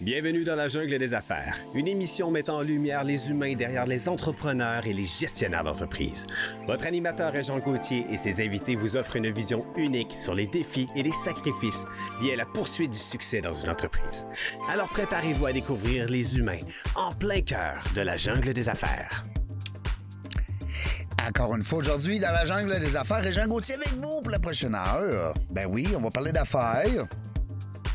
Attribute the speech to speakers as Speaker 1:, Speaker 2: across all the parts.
Speaker 1: Bienvenue dans la jungle des affaires, une émission mettant en lumière les humains derrière les entrepreneurs et les gestionnaires d'entreprise. Votre animateur est Jean Gauthier et ses invités vous offrent une vision unique sur les défis et les sacrifices liés à la poursuite du succès dans une entreprise. Alors préparez-vous à découvrir les humains en plein cœur de la jungle des affaires.
Speaker 2: Encore une fois, aujourd'hui, dans la jungle des affaires, et Jean Gauthier avec vous pour la prochaine heure. Ben oui, on va parler d'affaires.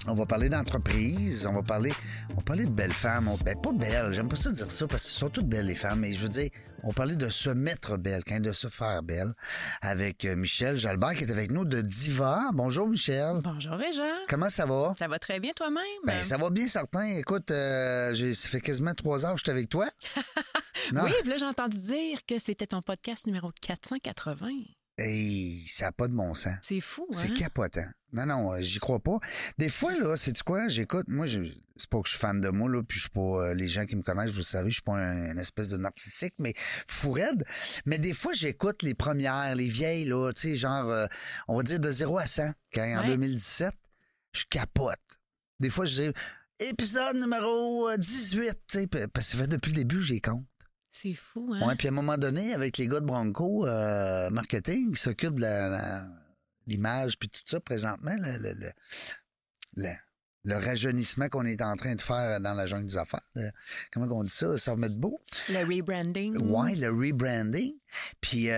Speaker 2: On va parler d'entreprise, on va parler, on va parler de belles femmes. On- ben, pas belles, j'aime pas ça dire ça parce que sont toutes belles les femmes, mais je veux dire, on parlait de se mettre belle, quand de se faire belle, avec euh, Michel Jalbert qui est avec nous de Diva. Bonjour Michel,
Speaker 3: Bonjour Réjean.
Speaker 2: comment ça va?
Speaker 3: Ça va très bien toi-même?
Speaker 2: Ben ça va bien certain. Écoute, euh, j'ai- ça fait quasiment trois heures que je suis avec toi. non?
Speaker 3: Oui, puis là, j'ai entendu dire que c'était ton podcast numéro 480.
Speaker 2: Hey, ça n'a pas de bon sens.
Speaker 3: C'est fou, hein?
Speaker 2: C'est capotant. Non, non, euh, j'y crois pas. Des fois, là, c'est quoi? J'écoute, moi, je, c'est pas que je suis fan de moi, là, puis je suis pas, euh, les gens qui me connaissent, vous le savez, je suis pas un, une espèce de narcissique, mais fou raide. Mais des fois, j'écoute les premières, les vieilles, là, tu sais, genre, euh, on va dire de 0 à 100, quand en
Speaker 3: Ouais.
Speaker 2: 2017, je capote. Des fois, je dis, épisode numéro euh, 18, tu sais, p- parce que ça fait depuis le début, j'ai compte.
Speaker 3: C'est fou, hein?
Speaker 2: Ouais, puis à un moment donné, avec les gars de Bronco euh, Marketing, qui s'occupent de la- la- l'image, puis tout ça, présentement, le, le, le, le- le rajeunissement qu'on est en train de faire dans la jungle des affaires, le- comment on dit ça, se remettre beau.
Speaker 3: Le rebranding.
Speaker 2: Ouais, le rebranding. Puis,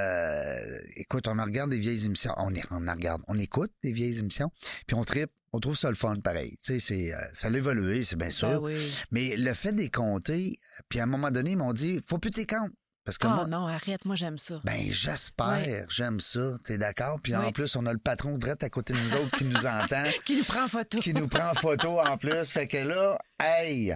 Speaker 2: euh, écoute, on en regarde des vieilles émissions. On, y- on en regarde, on écoute des vieilles émissions, puis on tripe. On trouve ça le fun, pareil. Tu sais, c'est, euh, ça a évolué, c'est bien sûr.
Speaker 3: Ben oui.
Speaker 2: Mais le fait des compter, puis à un moment donné, ils m'ont dit, faut plus tes comptes. Parce que
Speaker 3: Ah
Speaker 2: moi,
Speaker 3: non, arrête, moi j'aime ça.
Speaker 2: ben, j'espère, j'aime ça, t'es d'accord? Puis en
Speaker 3: Oui.
Speaker 2: plus, on a le patron direct à côté de nous autres qui nous entend,
Speaker 3: Qui nous prend en photo.
Speaker 2: Ben, qui nous prend en photo en plus. Fait que là, hey,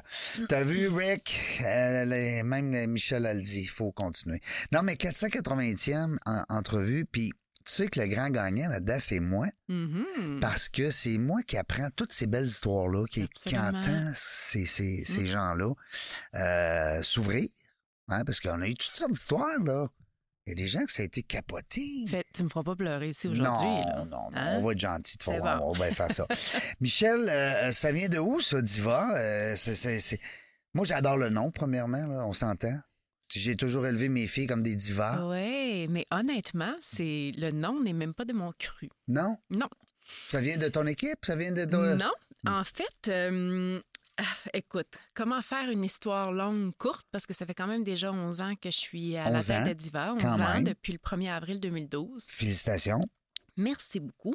Speaker 2: t'as vu, Rick? Euh, les- même Michel a le dit, il faut continuer. Non, mais 480e en- entrevue, puis tu sais que le grand gagnant là-dedans, c'est moi,
Speaker 3: Mhm.
Speaker 2: parce que c'est moi qui apprends toutes ces belles histoires-là, qui, qui
Speaker 3: Absolument. Mm.
Speaker 2: entend ces, ces, ces gens-là euh, s'ouvrir, hein, parce qu'on a eu toutes sortes d'histoires, là. Il y a des gens que ça a été capoté.
Speaker 3: Fait, tu me feras pas pleurer ici aujourd'hui.
Speaker 2: Non,
Speaker 3: là.
Speaker 2: non, non,
Speaker 3: Hein?
Speaker 2: on va être gentil, de
Speaker 3: C'est
Speaker 2: voir,
Speaker 3: bon.
Speaker 2: on va bien faire ça. Michel, euh, ça vient de où, ça, Diva? Euh, c'est- c'est- c'est- Moi, j'adore le nom, premièrement, là, on s'entend. J'ai toujours élevé mes filles comme des
Speaker 3: Oh.
Speaker 2: divas.
Speaker 3: Oui, mais honnêtement, c'est le nom n'est même pas de mon cru.
Speaker 2: Non?
Speaker 3: Non.
Speaker 2: Ça vient de ton équipe? Ça vient de... de-
Speaker 3: Non,
Speaker 2: Hmm.
Speaker 3: en fait, euh, ah, écoute, comment faire une histoire longue, courte, parce que ça fait quand même déjà 11 ans que je suis à la
Speaker 2: 11 ans,
Speaker 3: tête de Diva, 11
Speaker 2: quand
Speaker 3: ans
Speaker 2: même.
Speaker 3: depuis le 1er avril 2012.
Speaker 2: Félicitations.
Speaker 3: Merci beaucoup.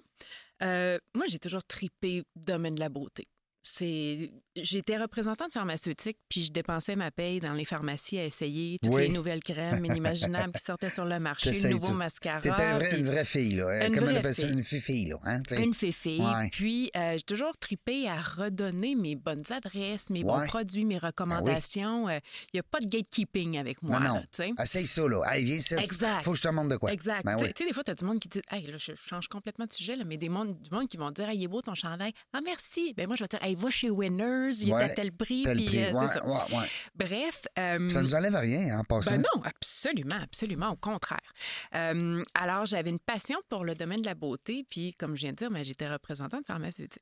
Speaker 3: Euh, moi, j'ai toujours tripé domaine de la beauté. C'est, j'étais représentante pharmaceutique, puis je dépensais ma paye dans les pharmacies à essayer toutes
Speaker 2: Oui.
Speaker 3: les nouvelles crèmes inimaginables qui sortaient sur le marché, le
Speaker 2: T'essayes
Speaker 3: nouveau
Speaker 2: tout.
Speaker 3: mascara.
Speaker 2: T'es un vrai-
Speaker 3: puis-
Speaker 2: une vraie fille, là. hein,
Speaker 3: Une
Speaker 2: Comment on
Speaker 3: vraie
Speaker 2: appelle ça?
Speaker 3: fille.
Speaker 2: Une fille-fille, là. Hein? tu sais.
Speaker 3: une féfille.
Speaker 2: Ouais.
Speaker 3: Puis, euh, j'ai toujours tripé à redonner mes bonnes adresses, mes
Speaker 2: Ouais. Ben
Speaker 3: bons produits, mes recommandations. Euh, Il n'y a pas de gatekeeping avec moi.
Speaker 2: non.
Speaker 3: là, tu sais.
Speaker 2: Essaye ça, là. Allez, Ah, viens ici.
Speaker 3: Exact.
Speaker 2: Faut que je te montre de quoi.
Speaker 3: Exact.
Speaker 2: Ben
Speaker 3: tu sais-
Speaker 2: oui.
Speaker 3: tu sais, des fois, tu as du monde qui dit Hey, là, je je change complètement de sujet, là, mais des mondes, du monde qui vont dire Hey, il est beau ton chandail. Ah, merci. Ben, moi, je vais dire Hey, va chez Winners, il
Speaker 2: Ouais,
Speaker 3: est à tel prix.
Speaker 2: Tel
Speaker 3: puis,
Speaker 2: prix.
Speaker 3: euh, c'est
Speaker 2: Ouais,
Speaker 3: ça.
Speaker 2: ouais, ouais.
Speaker 3: Bref. euh,
Speaker 2: Ça nous enlève rien, hein, en passant.
Speaker 3: ben non, absolument, absolument, au contraire. Euh, alors, j'avais une passion pour le domaine de la beauté, puis comme je viens de dire, ben, j'étais représentante pharmaceutique.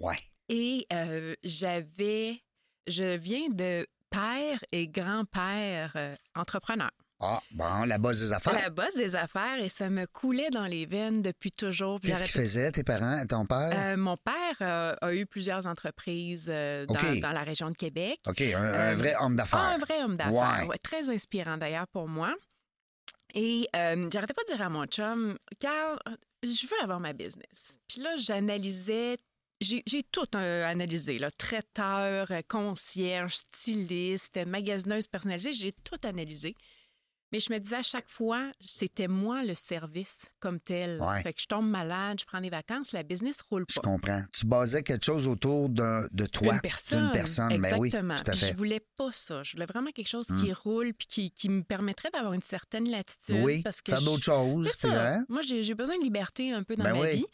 Speaker 2: Ouais.
Speaker 3: Et euh, j'avais, je viens de père et grand-père euh, entrepreneur.
Speaker 2: Ah, bon, la base des affaires.
Speaker 3: La bosse des affaires et ça me coulait dans les veines depuis toujours. Puis
Speaker 2: Qu'est-ce
Speaker 3: j'aurais
Speaker 2: qu'ils faisaient, tes parents, ton
Speaker 3: pu-
Speaker 2: père?
Speaker 3: Euh, mon père euh, a eu plusieurs entreprises euh, dans,
Speaker 2: OK.
Speaker 3: dans la région de Québec.
Speaker 2: OK, un, un
Speaker 3: euh,
Speaker 2: vrai homme
Speaker 3: Ah,
Speaker 2: d'affaires.
Speaker 3: un vrai homme d'affaires.
Speaker 2: Ouais.
Speaker 3: ouais, très inspirant d'ailleurs pour moi. Et euh, j'arrêtais pas de dire à mon chum, Carl, je veux avoir ma business. Puis là, j'analysais, j'ai j'ai tout euh, analysé, là, traiteur, euh, concierge, styliste, magasineuse personnalisée, j'ai tout analysé. Mais je me disais à chaque fois, c'était moi le service comme tel.
Speaker 2: Ouais.
Speaker 3: Fait que je tombe malade, je prends des vacances, la business roule
Speaker 2: Je
Speaker 3: pas.
Speaker 2: comprends. Tu basais quelque chose autour d'un- de toi.
Speaker 3: Une personne.
Speaker 2: D'une personne, ben oui, tout
Speaker 3: Exactement.
Speaker 2: à
Speaker 3: Puis
Speaker 2: fait.
Speaker 3: Je voulais pas ça. Je voulais vraiment quelque chose
Speaker 2: Mm.
Speaker 3: qui roule puis qui, qui me permettrait d'avoir une certaine latitude.
Speaker 2: Oui,
Speaker 3: parce que
Speaker 2: faire
Speaker 3: je-
Speaker 2: d'autres choses, hein,
Speaker 3: C'est
Speaker 2: c'est vrai.
Speaker 3: ça. Moi, j'ai j'ai besoin de liberté un peu dans
Speaker 2: Ben
Speaker 3: ma
Speaker 2: oui.
Speaker 3: vie.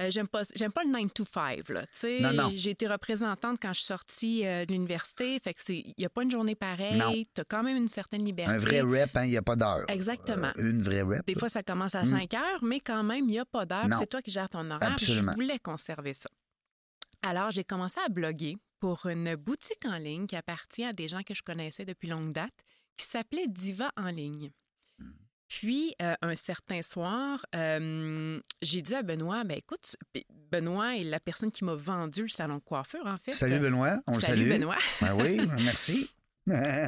Speaker 3: Euh, J'aime pas, j'aime pas le 9 to 5. Là. Tu sais,
Speaker 2: Non, non.
Speaker 3: J'ai été représentante quand je suis sortie euh, de l'université. Fait que c'est- il n'y a pas une journée
Speaker 2: Non.
Speaker 3: pareille. Tu as quand même une certaine liberté.
Speaker 2: Un vrai rep, hein, il n'y a pas d'heure.
Speaker 3: Exactement.
Speaker 2: Euh, une vraie rep.
Speaker 3: Des fois, ça commence à
Speaker 2: Mm.
Speaker 3: 5 heures, mais quand même, il n'y a pas d'heure.
Speaker 2: Non.
Speaker 3: C'est toi qui gères ton horaire. puis
Speaker 2: Absolument.
Speaker 3: Je voulais conserver ça. Alors, j'ai commencé à bloguer pour une boutique en ligne qui appartient à des gens que je connaissais depuis longue date, qui s'appelait Diva en ligne.
Speaker 2: Mmh.
Speaker 3: Puis, euh, un certain soir, euh, j'ai dit à Benoît, ben écoute, tu- Benoît est la personne qui m'a vendu le salon de coiffure, en fait.
Speaker 2: Salut Benoît, on
Speaker 3: Salut,
Speaker 2: le salue.
Speaker 3: Benoît.
Speaker 2: Ben oui, merci.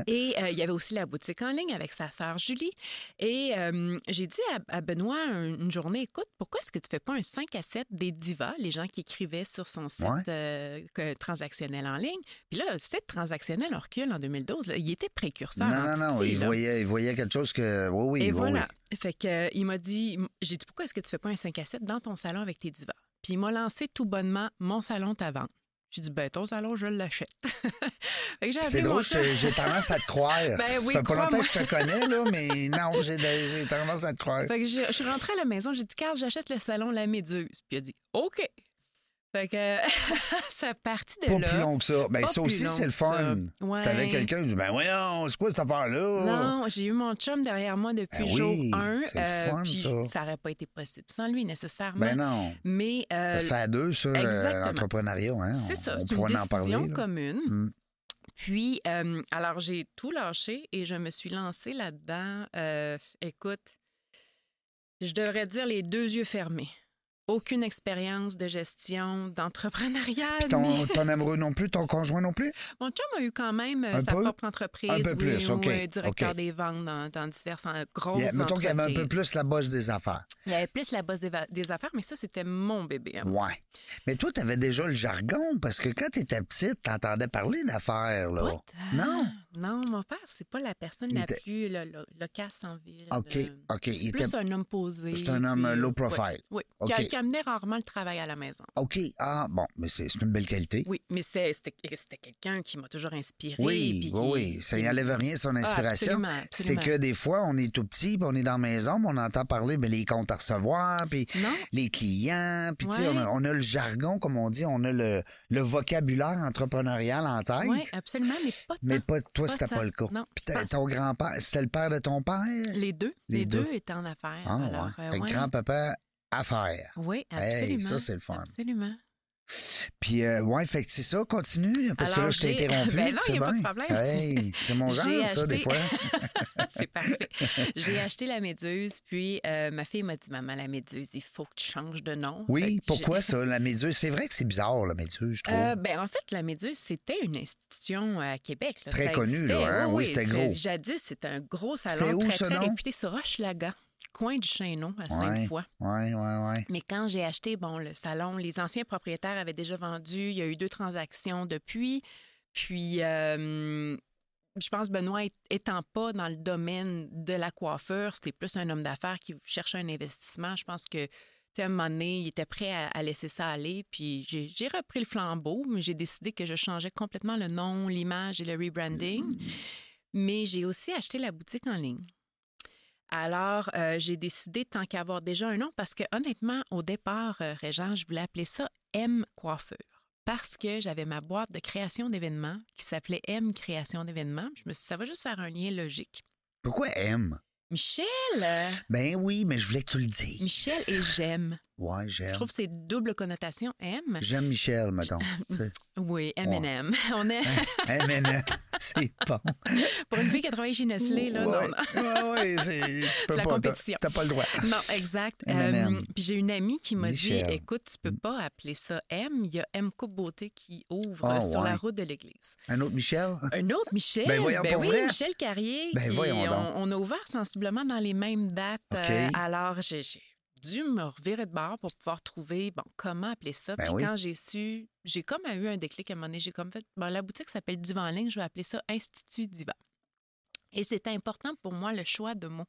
Speaker 3: Et euh, il y avait aussi la boutique en ligne avec sa sœur Julie. Et euh, j'ai dit à, à Benoît un- une journée, écoute, pourquoi est-ce que tu fais pas un 5 à 7 des divas, les gens qui écrivaient sur son site
Speaker 2: Ouais.
Speaker 3: euh, que- transactionnel en ligne? Puis là, site transactionnel, on recule en 2012, là, il était précurseur.
Speaker 2: non, non,
Speaker 3: en
Speaker 2: non,
Speaker 3: petit,
Speaker 2: il
Speaker 3: là.
Speaker 2: voyait, il voyait quelque chose que. Oui, oui,
Speaker 3: Et
Speaker 2: oui,
Speaker 3: voilà. Fait que, euh, il m'a dit, j'ai dit, pourquoi est-ce que tu fais pas un 5 à 7 dans ton salon avec tes divas? Puis il m'a lancé tout bonnement, mon salon t'a vente. J'ai dit, ben ton salon, je l'achète. fait que
Speaker 2: oui.
Speaker 3: j'ai
Speaker 2: C'est
Speaker 3: appelé mon
Speaker 2: drôle,
Speaker 3: chum.
Speaker 2: j'ai j'ai tendance à te croire.
Speaker 3: Ben
Speaker 2: Ça fait
Speaker 3: oui,
Speaker 2: pas longtemps
Speaker 3: crois-moi.
Speaker 2: que je te connais, là, mais non, j'ai des- j'ai tendance à te croire.
Speaker 3: Fait que j'ai- je suis rentrée à la maison, j'ai dit, Carl, j'achète le salon La Méduse. Puis il a dit, OK. Fait que ça a parti de
Speaker 2: Pas
Speaker 3: là.
Speaker 2: plus long que ça. Ben,
Speaker 3: Pas
Speaker 2: ça
Speaker 3: plus
Speaker 2: aussi,
Speaker 3: long
Speaker 2: c'est le
Speaker 3: que ça.
Speaker 2: fun.
Speaker 3: Ouais.
Speaker 2: Si t'avais quelqu'un qui dit, ben, voyons, c'est quoi cette affaire-là?
Speaker 3: Non, j'ai eu mon chum derrière moi depuis
Speaker 2: Ben
Speaker 3: jour
Speaker 2: oui,
Speaker 3: 1.
Speaker 2: c'est le fun,
Speaker 3: puis
Speaker 2: ça.
Speaker 3: ça n'aurait pas été possible sans lui nécessairement.
Speaker 2: Ben, non.
Speaker 3: Mais euh,
Speaker 2: Ça se fait à deux, ça, euh,
Speaker 3: exactement.
Speaker 2: l'entrepreneuriat. Hein?
Speaker 3: c'est
Speaker 2: On-
Speaker 3: ça,
Speaker 2: on
Speaker 3: c'est une
Speaker 2: pourrait en parler.
Speaker 3: décision
Speaker 2: là.
Speaker 3: commune.
Speaker 2: Mm.
Speaker 3: Puis, euh, alors, j'ai tout lâché et je me suis lancée là-dedans. Euh, écoute, je devrais dire les deux yeux fermés. Aucune expérience de gestion, d'entrepreneuriat.
Speaker 2: Puis ton,
Speaker 3: ni-
Speaker 2: ton amoureux non plus, ton conjoint non plus?
Speaker 3: Mon chum a eu quand même euh,
Speaker 2: Un
Speaker 3: sa
Speaker 2: peu?
Speaker 3: propre entreprise.
Speaker 2: Un peu
Speaker 3: oui,
Speaker 2: plus,
Speaker 3: ou
Speaker 2: OK,
Speaker 3: un directeur
Speaker 2: OK.
Speaker 3: des ventes dans, dans diverses en- grosses
Speaker 2: Yeah, mettons qu'il y avait un peu
Speaker 3: entreprises.
Speaker 2: plus la bosse des affaires.
Speaker 3: Il y avait plus la bosse des, va- des affaires, mais ça, c'était mon bébé. hein.
Speaker 2: Ouais. Mais toi, t'avais déjà le jargon, parce que quand t'étais petite, t'entendais parler d'affaires, là.
Speaker 3: What? Ah!
Speaker 2: Non.
Speaker 3: Non, mon père, c'est pas la personne
Speaker 2: Il
Speaker 3: la
Speaker 2: était-
Speaker 3: plus lo- lo- loquace en ville.
Speaker 2: OK,
Speaker 3: Euh,
Speaker 2: OK.
Speaker 3: C'est
Speaker 2: Il
Speaker 3: plus
Speaker 2: était-
Speaker 3: un homme posé.
Speaker 2: C'est un homme
Speaker 3: puis-
Speaker 2: low
Speaker 3: Ouais.
Speaker 2: profile.
Speaker 3: Oui,
Speaker 2: OK.
Speaker 3: qui, qui amenait rarement le travail à la maison.
Speaker 2: OK. Ah, bon, mais c'est c'est une belle qualité.
Speaker 3: Oui, mais c'est- c'était c'était quelqu'un qui m'a toujours inspiré.
Speaker 2: Oui, oui,
Speaker 3: puis qui-
Speaker 2: oui. Ça y
Speaker 3: qui-
Speaker 2: enlève rien, son
Speaker 3: Ah,
Speaker 2: inspiration.
Speaker 3: absolument,
Speaker 2: c'est
Speaker 3: absolument.
Speaker 2: que des fois, on est tout petit, puis on est dans la maison, puis on entend parler ben, les comptes à recevoir, puis
Speaker 3: Non,
Speaker 2: les clients, puis tu sais,
Speaker 3: Ouais.
Speaker 2: on, a- on a le jargon, comme on dit, on a le, le vocabulaire entrepreneurial en tête.
Speaker 3: oui, absolument, mais pas
Speaker 2: Mais
Speaker 3: tant.
Speaker 2: pas toi,
Speaker 3: Ah, Pas
Speaker 2: c'était
Speaker 3: ça.
Speaker 2: pas le cas.
Speaker 3: Non,
Speaker 2: Puis t'as-
Speaker 3: pas-
Speaker 2: ton grand-père, c'était le père de ton père?
Speaker 3: Les deux.
Speaker 2: Les
Speaker 3: Les,
Speaker 2: deux.
Speaker 3: deux. étaient en affaires.
Speaker 2: Ah,
Speaker 3: alors,
Speaker 2: ouais.
Speaker 3: euh,
Speaker 2: Fait que
Speaker 3: ouais.
Speaker 2: grand-papa, affaire.
Speaker 3: Oui, absolument.
Speaker 2: Hey, ça, c'est le fun.
Speaker 3: Absolument.
Speaker 2: Puis, euh, ouais, fait que c'est ça, continue, parce que
Speaker 3: Alors,
Speaker 2: là, je t'ai
Speaker 3: j'ai-
Speaker 2: interrompu.
Speaker 3: Ben non,
Speaker 2: tu sais
Speaker 3: y a pas de
Speaker 2: bien.
Speaker 3: problème.
Speaker 2: Hey, c'est mon genre,
Speaker 3: J'ai
Speaker 2: ça, des
Speaker 3: acheté-
Speaker 2: fois.
Speaker 3: c'est parfait. J'ai acheté la méduse, puis euh, ma fille m'a dit Maman, la méduse, il faut que tu changes de nom. Fait
Speaker 2: Oui,
Speaker 3: que
Speaker 2: pourquoi ça, la méduse? C'est vrai que c'est bizarre, la méduse, je
Speaker 3: j'ai-
Speaker 2: trouve.
Speaker 3: Euh, ben, en fait, la Méduse, c'était une institution euh, à Québec. là.
Speaker 2: Très
Speaker 3: Ça
Speaker 2: connue,
Speaker 3: existait.
Speaker 2: là, hein?
Speaker 3: Oui,
Speaker 2: Oui, c'était
Speaker 3: c'est-
Speaker 2: gros.
Speaker 3: Jadis, c'était un gros
Speaker 2: C'était
Speaker 3: salon
Speaker 2: où,
Speaker 3: très,
Speaker 2: ce
Speaker 3: très
Speaker 2: nom?
Speaker 3: réputé sur Hochelaga, coin du Chaînon, à
Speaker 2: Ouais.
Speaker 3: Sainte-Foy.
Speaker 2: Ouais, ouais, ouais.
Speaker 3: Mais quand j'ai acheté, bon, le salon, les anciens propriétaires avaient déjà vendu. Il y a eu deux transactions depuis. Puis, euh, je pense, Benoît, est- étant pas dans le domaine de la coiffure, c'était plus un homme d'affaires qui cherchait un investissement. Je pense que, tu sais, à un moment donné, il était prêt à, à laisser ça aller. Puis, j'ai j'ai repris le flambeau, mais j'ai décidé que je changeais complètement le nom, l'image et le rebranding. Mais j'ai aussi acheté la boutique en ligne. Alors, euh, j'ai décidé, tant qu'avoir déjà un nom, parce que honnêtement, au départ, euh, Régent, je voulais appeler ça M Coiffure. Parce que j'avais ma boîte de création d'événements qui s'appelait M Création d'événements. Je me suis dit, ça va juste faire un lien logique.
Speaker 2: Pourquoi M?
Speaker 3: Michel! euh,
Speaker 2: Ben oui, mais je voulais que tu le dises.
Speaker 3: Michel et j'aime.
Speaker 2: Ouais,
Speaker 3: Je
Speaker 2: j'aime.
Speaker 3: trouve que c'est double connotation M.
Speaker 2: J'aime Michel, mettons. tu sais.
Speaker 3: Oui, M&M. On est
Speaker 2: Hey, mais non, c'est bon.
Speaker 3: pour une fille qui a travaillé chez Nestlé, là, non,
Speaker 2: ouais.
Speaker 3: non.
Speaker 2: Ouais, ouais, c'est- tu peux
Speaker 3: La
Speaker 2: pas. t'as-
Speaker 3: compétition.
Speaker 2: T'as pas le droit.
Speaker 3: Non, exact.
Speaker 2: M&M.
Speaker 3: Euh, puis j'ai une amie qui m'a dit
Speaker 2: Michel. Mm.
Speaker 3: écoute, tu peux pas appeler ça M, il y a M Coupe Beauté qui ouvre
Speaker 2: Ah,
Speaker 3: sur
Speaker 2: ouais.
Speaker 3: la route de l'église.
Speaker 2: Un autre Michel?
Speaker 3: Un autre Michel,
Speaker 2: Ben voyons, pour
Speaker 3: oui,
Speaker 2: vrai?
Speaker 3: Michel Carrier,
Speaker 2: Ben
Speaker 3: qui-
Speaker 2: voyons
Speaker 3: on,
Speaker 2: donc.
Speaker 3: on a ouvert sensiblement dans les mêmes dates. euh,
Speaker 2: OK.
Speaker 3: alors j'ai j'ai dû me revirer de bord pour pouvoir trouver bon comment appeler ça.
Speaker 2: Ben
Speaker 3: puis
Speaker 2: oui.
Speaker 3: quand j'ai su, j'ai comme eu un déclic à un moment donné, j'ai comme fait bon, la boutique s'appelle Divan en ligne, je vais appeler ça Institut Divan. Et c'était important pour moi le choix de mon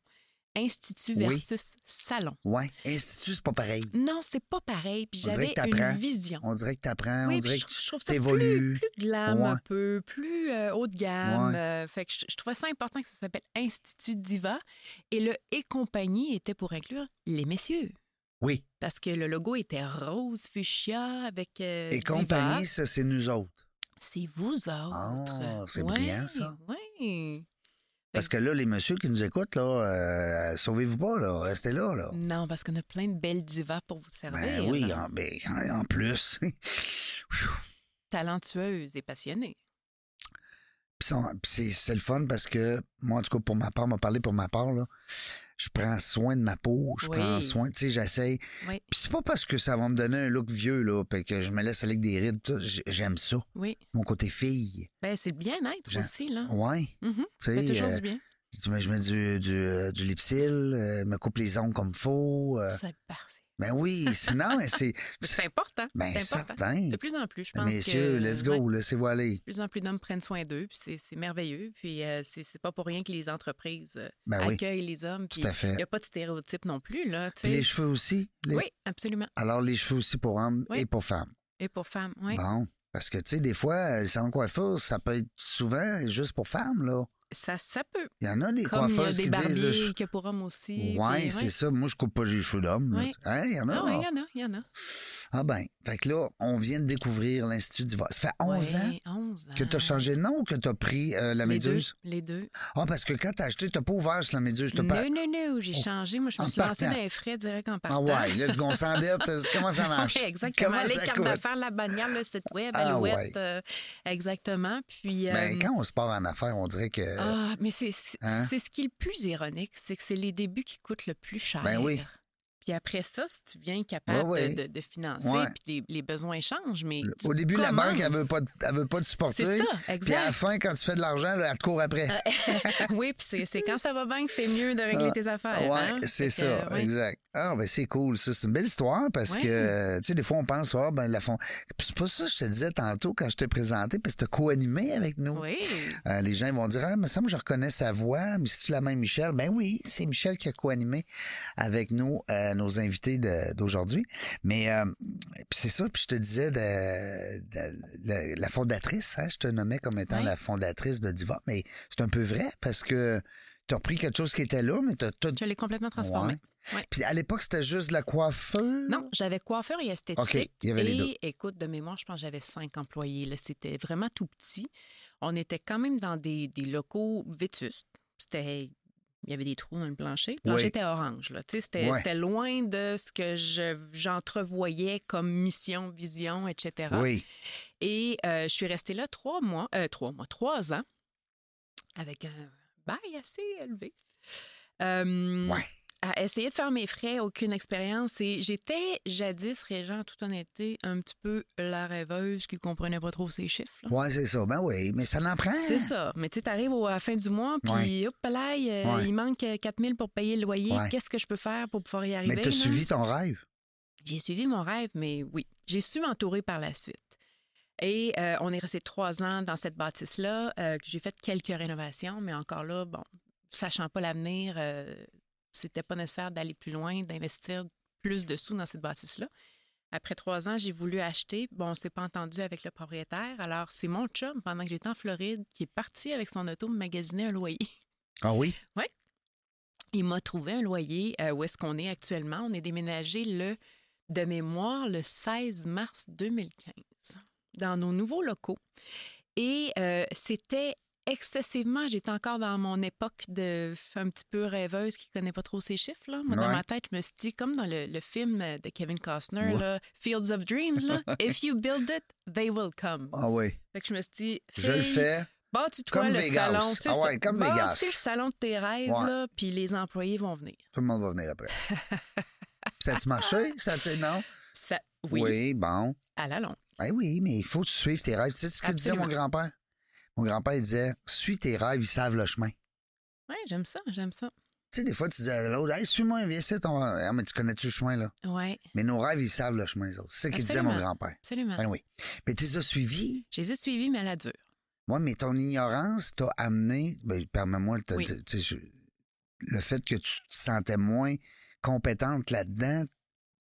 Speaker 3: institut
Speaker 2: Oui.
Speaker 3: versus salon.
Speaker 2: Ouais. Institut, c'est pas pareil.
Speaker 3: Non, c'est pas pareil. Puis
Speaker 2: On dirait
Speaker 3: j'avais
Speaker 2: que t'apprends.
Speaker 3: une vision.
Speaker 2: On dirait que t'apprends,
Speaker 3: oui,
Speaker 2: on
Speaker 3: puis
Speaker 2: dirait
Speaker 3: je,
Speaker 2: que
Speaker 3: je trouve ça
Speaker 2: t'évolues.
Speaker 3: plus, plus glam
Speaker 2: Ouais.
Speaker 3: un peu, plus euh, haut de gamme.
Speaker 2: Ouais.
Speaker 3: Euh, fait que je, je trouvais ça important que ça s'appelle Institut Diva. Et le et compagnie était pour inclure les messieurs.
Speaker 2: Oui.
Speaker 3: Parce que le logo était rose fuchsia avec euh,
Speaker 2: Et
Speaker 3: Diva.
Speaker 2: compagnie, ça, c'est nous autres.
Speaker 3: C'est vous autres.
Speaker 2: Ah, c'est
Speaker 3: Ouais,
Speaker 2: brillant, ça.
Speaker 3: ouais.
Speaker 2: Parce que là, les messieurs qui nous écoutent, là, euh, sauvez-vous pas, là. Restez là, Ben là.
Speaker 3: hein.
Speaker 2: ah.
Speaker 3: Non, parce qu'on a plein de belles divas pour vous servir.
Speaker 2: Ben oui, en, ben, en plus.
Speaker 3: Talentueuse et passionnée.
Speaker 2: Puis ça- puis c'est, c'est le fun parce que, moi, en tout cas, pour ma part, m'a parlé pour ma part, là, je prends soin de ma peau, je
Speaker 3: Oui.
Speaker 2: prends soin, tu sais, j'essaye.
Speaker 3: Oui.
Speaker 2: Puis c'est pas parce que ça va me donner un look vieux, là, puis que je me laisse aller avec des rides, tout ça, j- j'aime ça.
Speaker 3: Oui.
Speaker 2: Mon côté fille.
Speaker 3: Ben, c'est le bien-être
Speaker 2: Jean-
Speaker 3: aussi, là.
Speaker 2: Ouais.
Speaker 3: Mhm.
Speaker 2: Tu
Speaker 3: Ça fait
Speaker 2: sais,
Speaker 3: toujours
Speaker 2: euh,
Speaker 3: du bien.
Speaker 2: je me- je mets du, du, euh, du lipsil, euh, me coupe les ongles comme faut. euh,
Speaker 3: C'est parfait.
Speaker 2: ben oui, sinon, c'est.
Speaker 3: Mais c'est important.
Speaker 2: Ben,
Speaker 3: c'est important.
Speaker 2: certain.
Speaker 3: De plus en plus, je pense.
Speaker 2: Messieurs,
Speaker 3: que,
Speaker 2: let's
Speaker 3: ouais,
Speaker 2: go, laissez-vous aller.
Speaker 3: de plus en plus d'hommes prennent soin d'eux, puis c'est- c'est merveilleux. Puis euh, c'est c'est pas pour rien que les entreprises euh,
Speaker 2: Ben oui,
Speaker 3: accueillent les hommes.
Speaker 2: tout
Speaker 3: puis
Speaker 2: à
Speaker 3: il
Speaker 2: fait.
Speaker 3: n'y a pas de stéréotype non plus, là. tu
Speaker 2: Puis
Speaker 3: sais.
Speaker 2: les cheveux aussi. les-
Speaker 3: Oui, absolument.
Speaker 2: Alors, les cheveux aussi pour hommes
Speaker 3: Oui.
Speaker 2: et pour femmes.
Speaker 3: Et pour femmes, oui.
Speaker 2: Bon. Parce que, tu sais, des fois, le salon de coiffure, ça peut être souvent juste pour femmes, là.
Speaker 3: Ça, ça peut.
Speaker 2: Il y en a des
Speaker 3: Comme il y a
Speaker 2: coiffeuses
Speaker 3: des
Speaker 2: qui disent.
Speaker 3: barbiers
Speaker 2: je-
Speaker 3: que pour hommes aussi.
Speaker 2: Ouais,
Speaker 3: puis,
Speaker 2: c'est ça. Moi, je coupe pas les cheveux d'homme. là.
Speaker 3: Oui.
Speaker 2: Hein, il y en a.
Speaker 3: Ah oui, il y en a, il y en a.
Speaker 2: Ah ben, fait que là, on vient de découvrir l'Institut Diva. Ça fait 11
Speaker 3: Ouais,
Speaker 2: ans
Speaker 3: 11 ans.
Speaker 2: que tu as changé de nom ou que tu as pris euh, la
Speaker 3: les deux,
Speaker 2: méduse?
Speaker 3: les deux.
Speaker 2: Ah, parce que quand t'as acheté, t'as pas ouvert sur la méduse. t'as pas...
Speaker 3: Non, non, non, j'ai
Speaker 2: Oh.
Speaker 3: changé. Moi, je
Speaker 2: En
Speaker 3: me suis lancée
Speaker 2: partant.
Speaker 3: dans les frais direct en
Speaker 2: Ah
Speaker 3: partant.
Speaker 2: ouais, là, tu qu'on s'endette. euh, Comment ça marche?
Speaker 3: Oui, exactement.
Speaker 2: Comment
Speaker 3: les
Speaker 2: ça
Speaker 3: cartes
Speaker 2: coûte?
Speaker 3: d'affaires, la bannière, le site web,
Speaker 2: Ah,
Speaker 3: Alouette.
Speaker 2: ouais.
Speaker 3: euh, exactement. Puis.
Speaker 2: Ben,
Speaker 3: euh,
Speaker 2: quand on se part en affaires, on dirait que...
Speaker 3: Ah, mais c'est c'est-
Speaker 2: hein?
Speaker 3: c'est ce qui est le plus ironique, c'est que c'est les débuts qui coûtent le plus cher.
Speaker 2: Ben oui.
Speaker 3: Puis après ça, si tu viens capable
Speaker 2: Ouais, ouais.
Speaker 3: De, de- de financer,
Speaker 2: Ouais.
Speaker 3: puis les, les besoins changent, mais
Speaker 2: le-
Speaker 3: tu
Speaker 2: au début, la
Speaker 3: commences.
Speaker 2: banque, elle veut pas, te- elle veut pas te
Speaker 3: C'est
Speaker 2: supporter.
Speaker 3: ça,
Speaker 2: Puis à la
Speaker 3: exact. Ah,
Speaker 2: fin, quand tu fais de l'argent, là, elle te court après.
Speaker 3: oui, puis c'est- c'est quand ça va bien que c'est mieux de régler tes affaires.
Speaker 2: Ah, ouais,
Speaker 3: hein?
Speaker 2: c'est
Speaker 3: Fait que,
Speaker 2: ça,
Speaker 3: ouais.
Speaker 2: exact. Ah, ben c'est cool, ça. C'est une belle histoire parce
Speaker 3: Ouais.
Speaker 2: que, euh, tu sais, des fois, on pense, ah, ben, la fond. Puis c'est pas ça que je te disais tantôt quand je t'ai présenté, parce que t'as co-animé avec nous.
Speaker 3: Oui,
Speaker 2: Euh, les gens ils vont dire, ah, mais ça, moi, je reconnais sa voix, mais c'est-tu la même Michel? Ben oui, c'est Michel qui a co-animé avec nous, euh, nos invités de- d'aujourd'hui. Mais euh, puis c'est ça, puis je te disais, de, de- la, la fondatrice, hein, je te nommais comme étant
Speaker 3: Ouais.
Speaker 2: la fondatrice de Diva, mais c'est un peu vrai parce que tu as repris quelque chose qui était là, mais tu as tout.
Speaker 3: je l'ai complètement transformé.
Speaker 2: Ouais.
Speaker 3: Ouais.
Speaker 2: Puis à l'époque, c'était juste de la coiffeuse?
Speaker 3: Non, j'avais coiffeur et esthétique.
Speaker 2: OK, il y avait
Speaker 3: et,
Speaker 2: les deux.
Speaker 3: écoute, de mémoire, je pense que j'avais cinq employés. là. C'était vraiment tout petit. On était quand même dans des, des locaux vétustes. C'était... Il y avait des trous dans le plancher. Le plancher
Speaker 2: Oui.
Speaker 3: était orange. là. Tu sais, C'était
Speaker 2: Ouais.
Speaker 3: c'était loin de ce que je- j'entrevoyais comme mission, vision, etc.
Speaker 2: Oui.
Speaker 3: Et euh, je suis restée là trois mois, euh, trois mois, trois ans, avec un bail assez élevé. Euh,
Speaker 2: Ouais.
Speaker 3: À essayer de faire mes frais, aucune expérience. Et j'étais jadis, Régent, en toute honnêteté, un petit peu la rêveuse qui comprenait pas trop ses chiffres. là.
Speaker 2: Ouais, c'est ça. Ben oui, mais ça n'en prend.
Speaker 3: C'est ça. Mais tu sais, t'arrives au- à la fin du mois, puis hop là,
Speaker 2: Ouais.
Speaker 3: il manque 4000 pour payer le loyer.
Speaker 2: Ouais.
Speaker 3: Qu'est-ce que je peux faire pour pouvoir y arriver?
Speaker 2: Mais tu
Speaker 3: là?
Speaker 2: as suivi ton rêve.
Speaker 3: J'ai suivi mon rêve, mais oui, j'ai su m'entourer par la suite. Et euh, on est resté trois ans dans cette bâtisse-là. euh, que j'ai fait quelques rénovations, mais encore là, bon, sachant pas l'avenir, euh, c'était pas nécessaire d'aller plus loin, d'investir plus de sous dans cette bâtisse-là. Après trois ans, j'ai voulu acheter. Bon, on s'est pas entendu avec le propriétaire. Alors, c'est mon chum, pendant que j'étais en Floride, qui est parti avec son auto me magasiner un loyer.
Speaker 2: Ah oui?
Speaker 3: Il m'a trouvé un loyer euh, où est-ce qu'on est actuellement. On est déménagé le, de mémoire, le 16 mars 2015 dans nos nouveaux locaux. Et euh, c'était excessivement, j'étais encore dans mon époque de un petit peu rêveuse qui connaît pas trop ses chiffres. Là. Moi, dans
Speaker 2: Ouais.
Speaker 3: ma tête, je me suis dit, comme dans le, le film de Kevin Costner,
Speaker 2: Ouais.
Speaker 3: là, Fields of Dreams, là, If you build it, they will come.
Speaker 2: Ah oui.
Speaker 3: Fait que je me suis dit,
Speaker 2: Je le
Speaker 3: fille,
Speaker 2: fais.
Speaker 3: Bâtis-toi
Speaker 2: Comme
Speaker 3: le
Speaker 2: Vegas.
Speaker 3: salon. tu sais,
Speaker 2: Ah ouais, comme
Speaker 3: bâtis
Speaker 2: Vegas.
Speaker 3: le salon de tes rêves,
Speaker 2: Ouais.
Speaker 3: là, puis les employés vont venir.
Speaker 2: Tout le monde va venir après. ça a-tu marché? Ça a-tu, non?
Speaker 3: Ça- oui,
Speaker 2: bon.
Speaker 3: à la longue.
Speaker 2: Ben oui, mais il faut que tu suives tes rêves. Tu sais ce que disait mon
Speaker 3: Absolument.
Speaker 2: grand-père? Mon grand-père, il disait, suis tes rêves, ils savent le chemin.
Speaker 3: Oui, j'aime ça, j'aime ça. tu
Speaker 2: Tu sais, des fois, tu dis à l'autre, hey, suis-moi, viens ici, ton... Ah, mais tu connais-tu le chemin, là?
Speaker 3: Oui,
Speaker 2: Mais nos rêves, ils savent le chemin, les autres. C'est ce qu'il disait mon
Speaker 3: Absolument. Ah.
Speaker 2: grand-père.
Speaker 3: absolument.
Speaker 2: Ben oui. Mais tu les as suivis.
Speaker 3: Je les ai suivis, mais à la dure.
Speaker 2: Moi, mais ton ignorance t'a amené, ben, permets-moi de te
Speaker 3: Oui.
Speaker 2: dire, tu sais, je- le fait que tu te sentais moins compétente là-dedans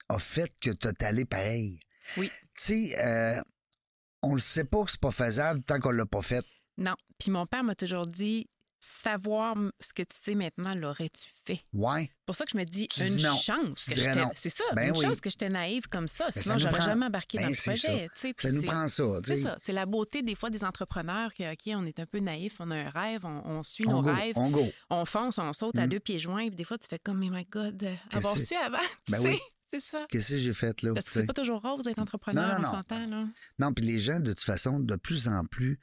Speaker 2: a fait que tu t'es allé pareil.
Speaker 3: Oui.
Speaker 2: Tu sais, euh, on le sait pas que c'est pas faisable tant qu'on l'a pas fait.
Speaker 3: Non. Puis mon père m'a toujours dit savoir m- ce que tu sais maintenant, l'aurais-tu fait?
Speaker 2: Ouais.
Speaker 3: C'est pour ça que je me dis
Speaker 2: Tu
Speaker 3: une
Speaker 2: dis non.
Speaker 3: chance
Speaker 2: Tu
Speaker 3: que
Speaker 2: dirais
Speaker 3: j'étais.
Speaker 2: non.
Speaker 3: C'est ça,
Speaker 2: Ben
Speaker 3: une
Speaker 2: oui. Ben,
Speaker 3: chance que j'étais naïve comme ça.
Speaker 2: ça
Speaker 3: Sinon,
Speaker 2: nous
Speaker 3: j'aurais
Speaker 2: prend-
Speaker 3: jamais embarqué
Speaker 2: Ben,
Speaker 3: dans le
Speaker 2: c'est ça.
Speaker 3: projet. tu sais, puis
Speaker 2: Ça nous
Speaker 3: c'est-
Speaker 2: prend ça. tu
Speaker 3: C'est
Speaker 2: sais.
Speaker 3: ça, c'est la beauté des fois des entrepreneurs que, OK, on est un peu naïf, on a un rêve, on, on suit
Speaker 2: On
Speaker 3: nos
Speaker 2: go,
Speaker 3: rêves,
Speaker 2: on go.
Speaker 3: on fonce, on saute à
Speaker 2: Mhm.
Speaker 3: deux pieds joints, puis des fois tu fais comme, mais my God, euh,
Speaker 2: Qu'est-ce
Speaker 3: avoir
Speaker 2: que-
Speaker 3: su avant, tu
Speaker 2: Ben
Speaker 3: sais,
Speaker 2: oui.
Speaker 3: c'est ça.
Speaker 2: Qu'est-ce que j'ai fait là?
Speaker 3: Parce que
Speaker 2: tu sais?
Speaker 3: c'est pas toujours rose d'être entrepreneur,
Speaker 2: Non, non,
Speaker 3: on
Speaker 2: non.
Speaker 3: s'entend, là.
Speaker 2: Non, puis les gens, de toute façon, de plus en plus,